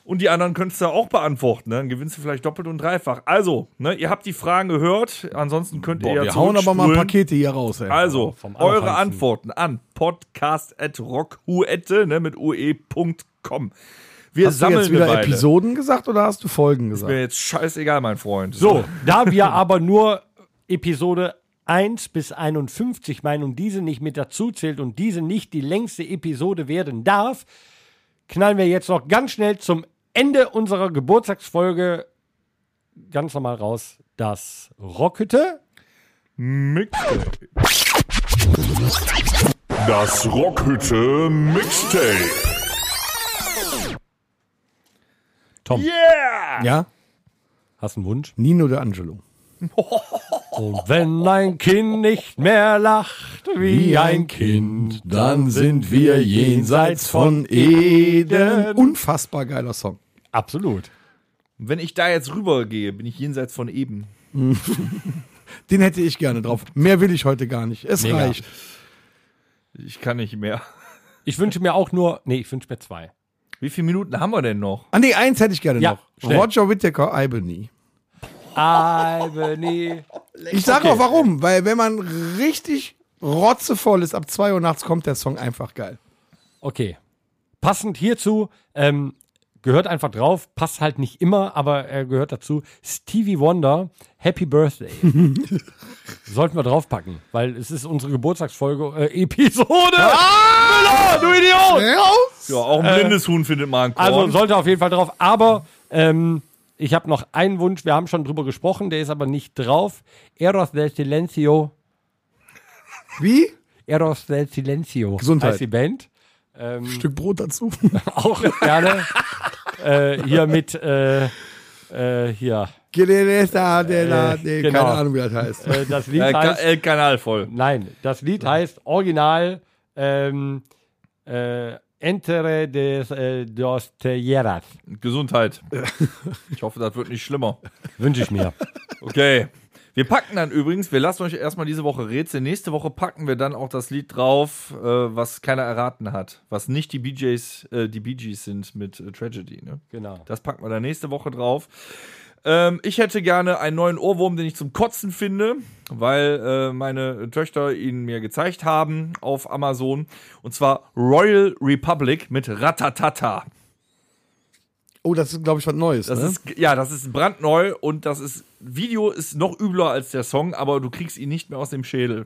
[SPEAKER 3] Und die anderen könntest du auch beantworten, ne? Dann gewinnst du vielleicht doppelt und dreifach. Also, ne, ihr habt die Fragen gehört. Ansonsten könnt ihr ja
[SPEAKER 4] Wir hauen aber mal
[SPEAKER 3] zurückspulen.
[SPEAKER 4] Pakete hier raus, ey.
[SPEAKER 3] Also,
[SPEAKER 2] Vom
[SPEAKER 3] eure
[SPEAKER 2] Allerfeinsten.
[SPEAKER 3] Antworten an podcast.rockhuette ne, mit ue.com. Wir
[SPEAKER 4] hast du
[SPEAKER 3] sammeln
[SPEAKER 4] jetzt wieder
[SPEAKER 3] eine Weile.
[SPEAKER 4] Episoden gesagt oder hast du Folgen gesagt?
[SPEAKER 3] Mir jetzt scheißegal, mein Freund.
[SPEAKER 2] So, da wir aber nur Episode 1 bis 51 meinen und diese nicht mit dazu zählt und diese nicht die längste Episode werden darf, knallen wir jetzt noch ganz schnell zum Ende unserer Geburtstagsfolge ganz normal raus das Rockhütte.
[SPEAKER 3] Mixtape.
[SPEAKER 1] Das Rockhütte Mixtape.
[SPEAKER 4] Ja?
[SPEAKER 2] Hast du einen Wunsch?
[SPEAKER 4] Nino de Angelo.
[SPEAKER 2] Und wenn ein Kind nicht mehr lacht wie ein Kind, dann sind wir jenseits von Eden.
[SPEAKER 4] Unfassbar geiler Song.
[SPEAKER 2] Absolut.
[SPEAKER 3] Wenn ich da jetzt rübergehe, bin ich jenseits von eben.
[SPEAKER 4] Den hätte ich gerne drauf. Mehr will ich heute gar nicht. Es
[SPEAKER 2] Mega.
[SPEAKER 4] reicht.
[SPEAKER 3] Ich kann nicht mehr.
[SPEAKER 2] Ich wünsche mir auch nur, nee, ich wünsche mir zwei.
[SPEAKER 3] Wie viele Minuten haben wir denn noch?
[SPEAKER 4] Ah, nee, eins hätte ich gerne
[SPEAKER 2] Ja,
[SPEAKER 4] noch.
[SPEAKER 2] schnell.
[SPEAKER 4] Roger Whittaker, Ibony.
[SPEAKER 2] Albany.
[SPEAKER 4] Ich sage auch warum, weil wenn man richtig rotzevoll ist, ab 2 Uhr nachts kommt der Song einfach geil.
[SPEAKER 2] Okay. Passend hierzu, ähm, gehört einfach drauf, passt halt nicht immer, aber er gehört dazu. Stevie Wonder, Happy Birthday. Sollten wir draufpacken, weil es ist unsere Geburtstagsfolge, äh, Episode. Müller, du Idiot!
[SPEAKER 4] Raus!
[SPEAKER 3] Ja, auch ein blindes Huhn findet mal einen Korn.
[SPEAKER 2] Also sollte auf jeden Fall drauf. Aber ähm, ich habe noch einen Wunsch. Wir haben schon drüber gesprochen, der ist aber nicht drauf. Eros del Silencio.
[SPEAKER 4] Wie?
[SPEAKER 2] Eros del Silencio.
[SPEAKER 4] Gesundheit.
[SPEAKER 2] Heißt die Band.
[SPEAKER 4] Stück Brot dazu.
[SPEAKER 2] Auch gerne. äh, hier mit, äh, äh, hier.
[SPEAKER 4] Gelenesta de la,
[SPEAKER 2] Äh,
[SPEAKER 4] nee,
[SPEAKER 2] genau.
[SPEAKER 4] keine Ahnung, wie das heißt.
[SPEAKER 2] Äh, das Lied
[SPEAKER 3] äh, Ka
[SPEAKER 2] heißt.
[SPEAKER 3] äh, Kanal voll.
[SPEAKER 2] Nein, das Lied heißt original ähm, äh, Entere des äh, dos Tierras.
[SPEAKER 3] Gesundheit. Ich hoffe, das wird nicht schlimmer.
[SPEAKER 2] Wünsche ich mir.
[SPEAKER 3] Okay. Wir packen dann übrigens, wir lassen euch erstmal diese Woche Rätsel. Nächste Woche packen wir dann auch das Lied drauf, äh, was keiner erraten hat. Was nicht die BJs, äh, die Bee Gees sind mit äh, Tragedy, ne?
[SPEAKER 2] Genau.
[SPEAKER 3] Das packen wir dann nächste Woche drauf. Ähm, ich hätte gerne einen neuen Ohrwurm, den ich zum Kotzen finde, weil äh, meine Töchter ihn mir gezeigt haben auf Amazon. Und zwar Royal Republic mit Ratatata.
[SPEAKER 4] Oh, das ist, glaube ich, was Neues.
[SPEAKER 3] Das
[SPEAKER 4] ne?
[SPEAKER 3] ist, ja, das ist brandneu und das ist, Video ist noch übler als der Song, aber du kriegst ihn nicht mehr aus dem Schädel.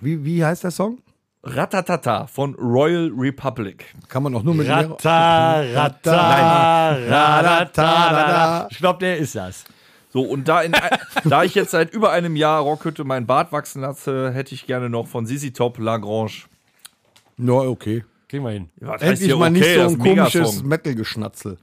[SPEAKER 4] wie, wie heißt der Song?
[SPEAKER 3] Ratatata von Royal Republic.
[SPEAKER 4] Kann man auch nur mit
[SPEAKER 2] Ratta, ratta, ratta. Ich glaube, der ist das.
[SPEAKER 3] So, und da, in, da ich jetzt seit über einem Jahr Rockhütte meinen Bart wachsen lasse, hätte ich gerne noch von Sisi Top Lagrange.
[SPEAKER 4] Ja, okay.
[SPEAKER 2] Kriegen wir hin.
[SPEAKER 3] Was heißt
[SPEAKER 4] Endlich
[SPEAKER 3] hier
[SPEAKER 4] mal nicht
[SPEAKER 3] okay,
[SPEAKER 4] so ein
[SPEAKER 3] das ist Megasong.
[SPEAKER 4] komisches Metal-Geschnatzel.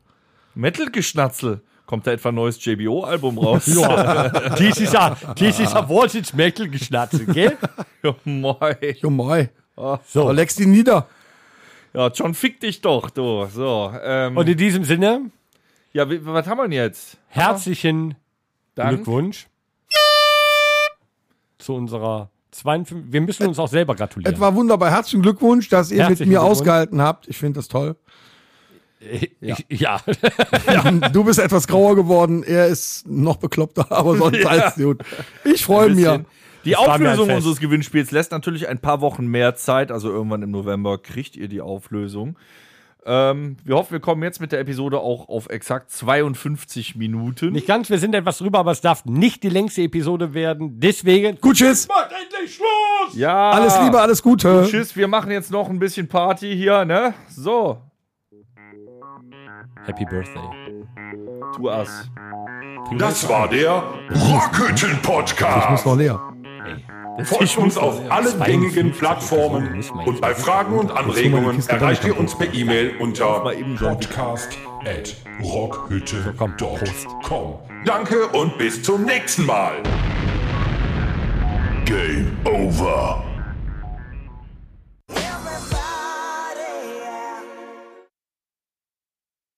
[SPEAKER 3] Metal-Geschnatzel. Kommt da etwa ein neues JBO-Album raus?
[SPEAKER 2] Ja, dies ist ja, dies ist ja wohl ins Mäckel geschnatzt, gell?
[SPEAKER 3] ja, moin.
[SPEAKER 4] Jo, moi.
[SPEAKER 2] So.
[SPEAKER 4] Aber leckst ihn nieder.
[SPEAKER 3] Oh. Ja, John, fick dich doch, du. So, ähm,
[SPEAKER 2] Und in diesem Sinne,
[SPEAKER 3] ja, wie- was haben wir denn jetzt?
[SPEAKER 2] herzlichen
[SPEAKER 3] Dank.
[SPEAKER 2] Glückwunsch zu unserer 52. Wir müssen uns auch selber gratulieren.
[SPEAKER 4] Es war wunderbar. Herzlichen Glückwunsch, dass ihr
[SPEAKER 2] Herzlichen
[SPEAKER 4] mit mir
[SPEAKER 2] Glückwunsch.
[SPEAKER 4] ausgehalten habt. Ich finde das toll.
[SPEAKER 2] ja. ja.
[SPEAKER 4] Du bist etwas grauer geworden. Er ist noch bekloppter, aber sonst alles gut. Ich freue mich.
[SPEAKER 3] bisschen. Die
[SPEAKER 2] war mir ein
[SPEAKER 3] Auflösung
[SPEAKER 2] Fest.
[SPEAKER 3] unseres Gewinnspiels lässt natürlich ein paar Wochen mehr Zeit. Also irgendwann im November kriegt ihr die Auflösung. Ähm, wir hoffen, wir kommen jetzt mit der Episode auch auf exakt 52 Minuten.
[SPEAKER 2] Nicht ganz, wir sind etwas drüber, aber es darf nicht die längste Episode werden. Deswegen,
[SPEAKER 4] Gut, tschüss.
[SPEAKER 3] ja,
[SPEAKER 4] Alles Liebe, alles Gute.
[SPEAKER 3] Tschüss, wir machen jetzt noch ein bisschen Party hier, ne? So,
[SPEAKER 2] Happy Birthday.
[SPEAKER 3] tu as.
[SPEAKER 1] Das war der Rockhütten
[SPEAKER 4] Ist
[SPEAKER 1] Podcast.
[SPEAKER 4] noch leer.
[SPEAKER 1] Folgt uns auf allen gängigen Plattformen und bei Fragen und Anregungen erreicht ihr uns per E-Mail unter podcast@rockhütte.com. Danke und bis zum nächsten Mal. Game over.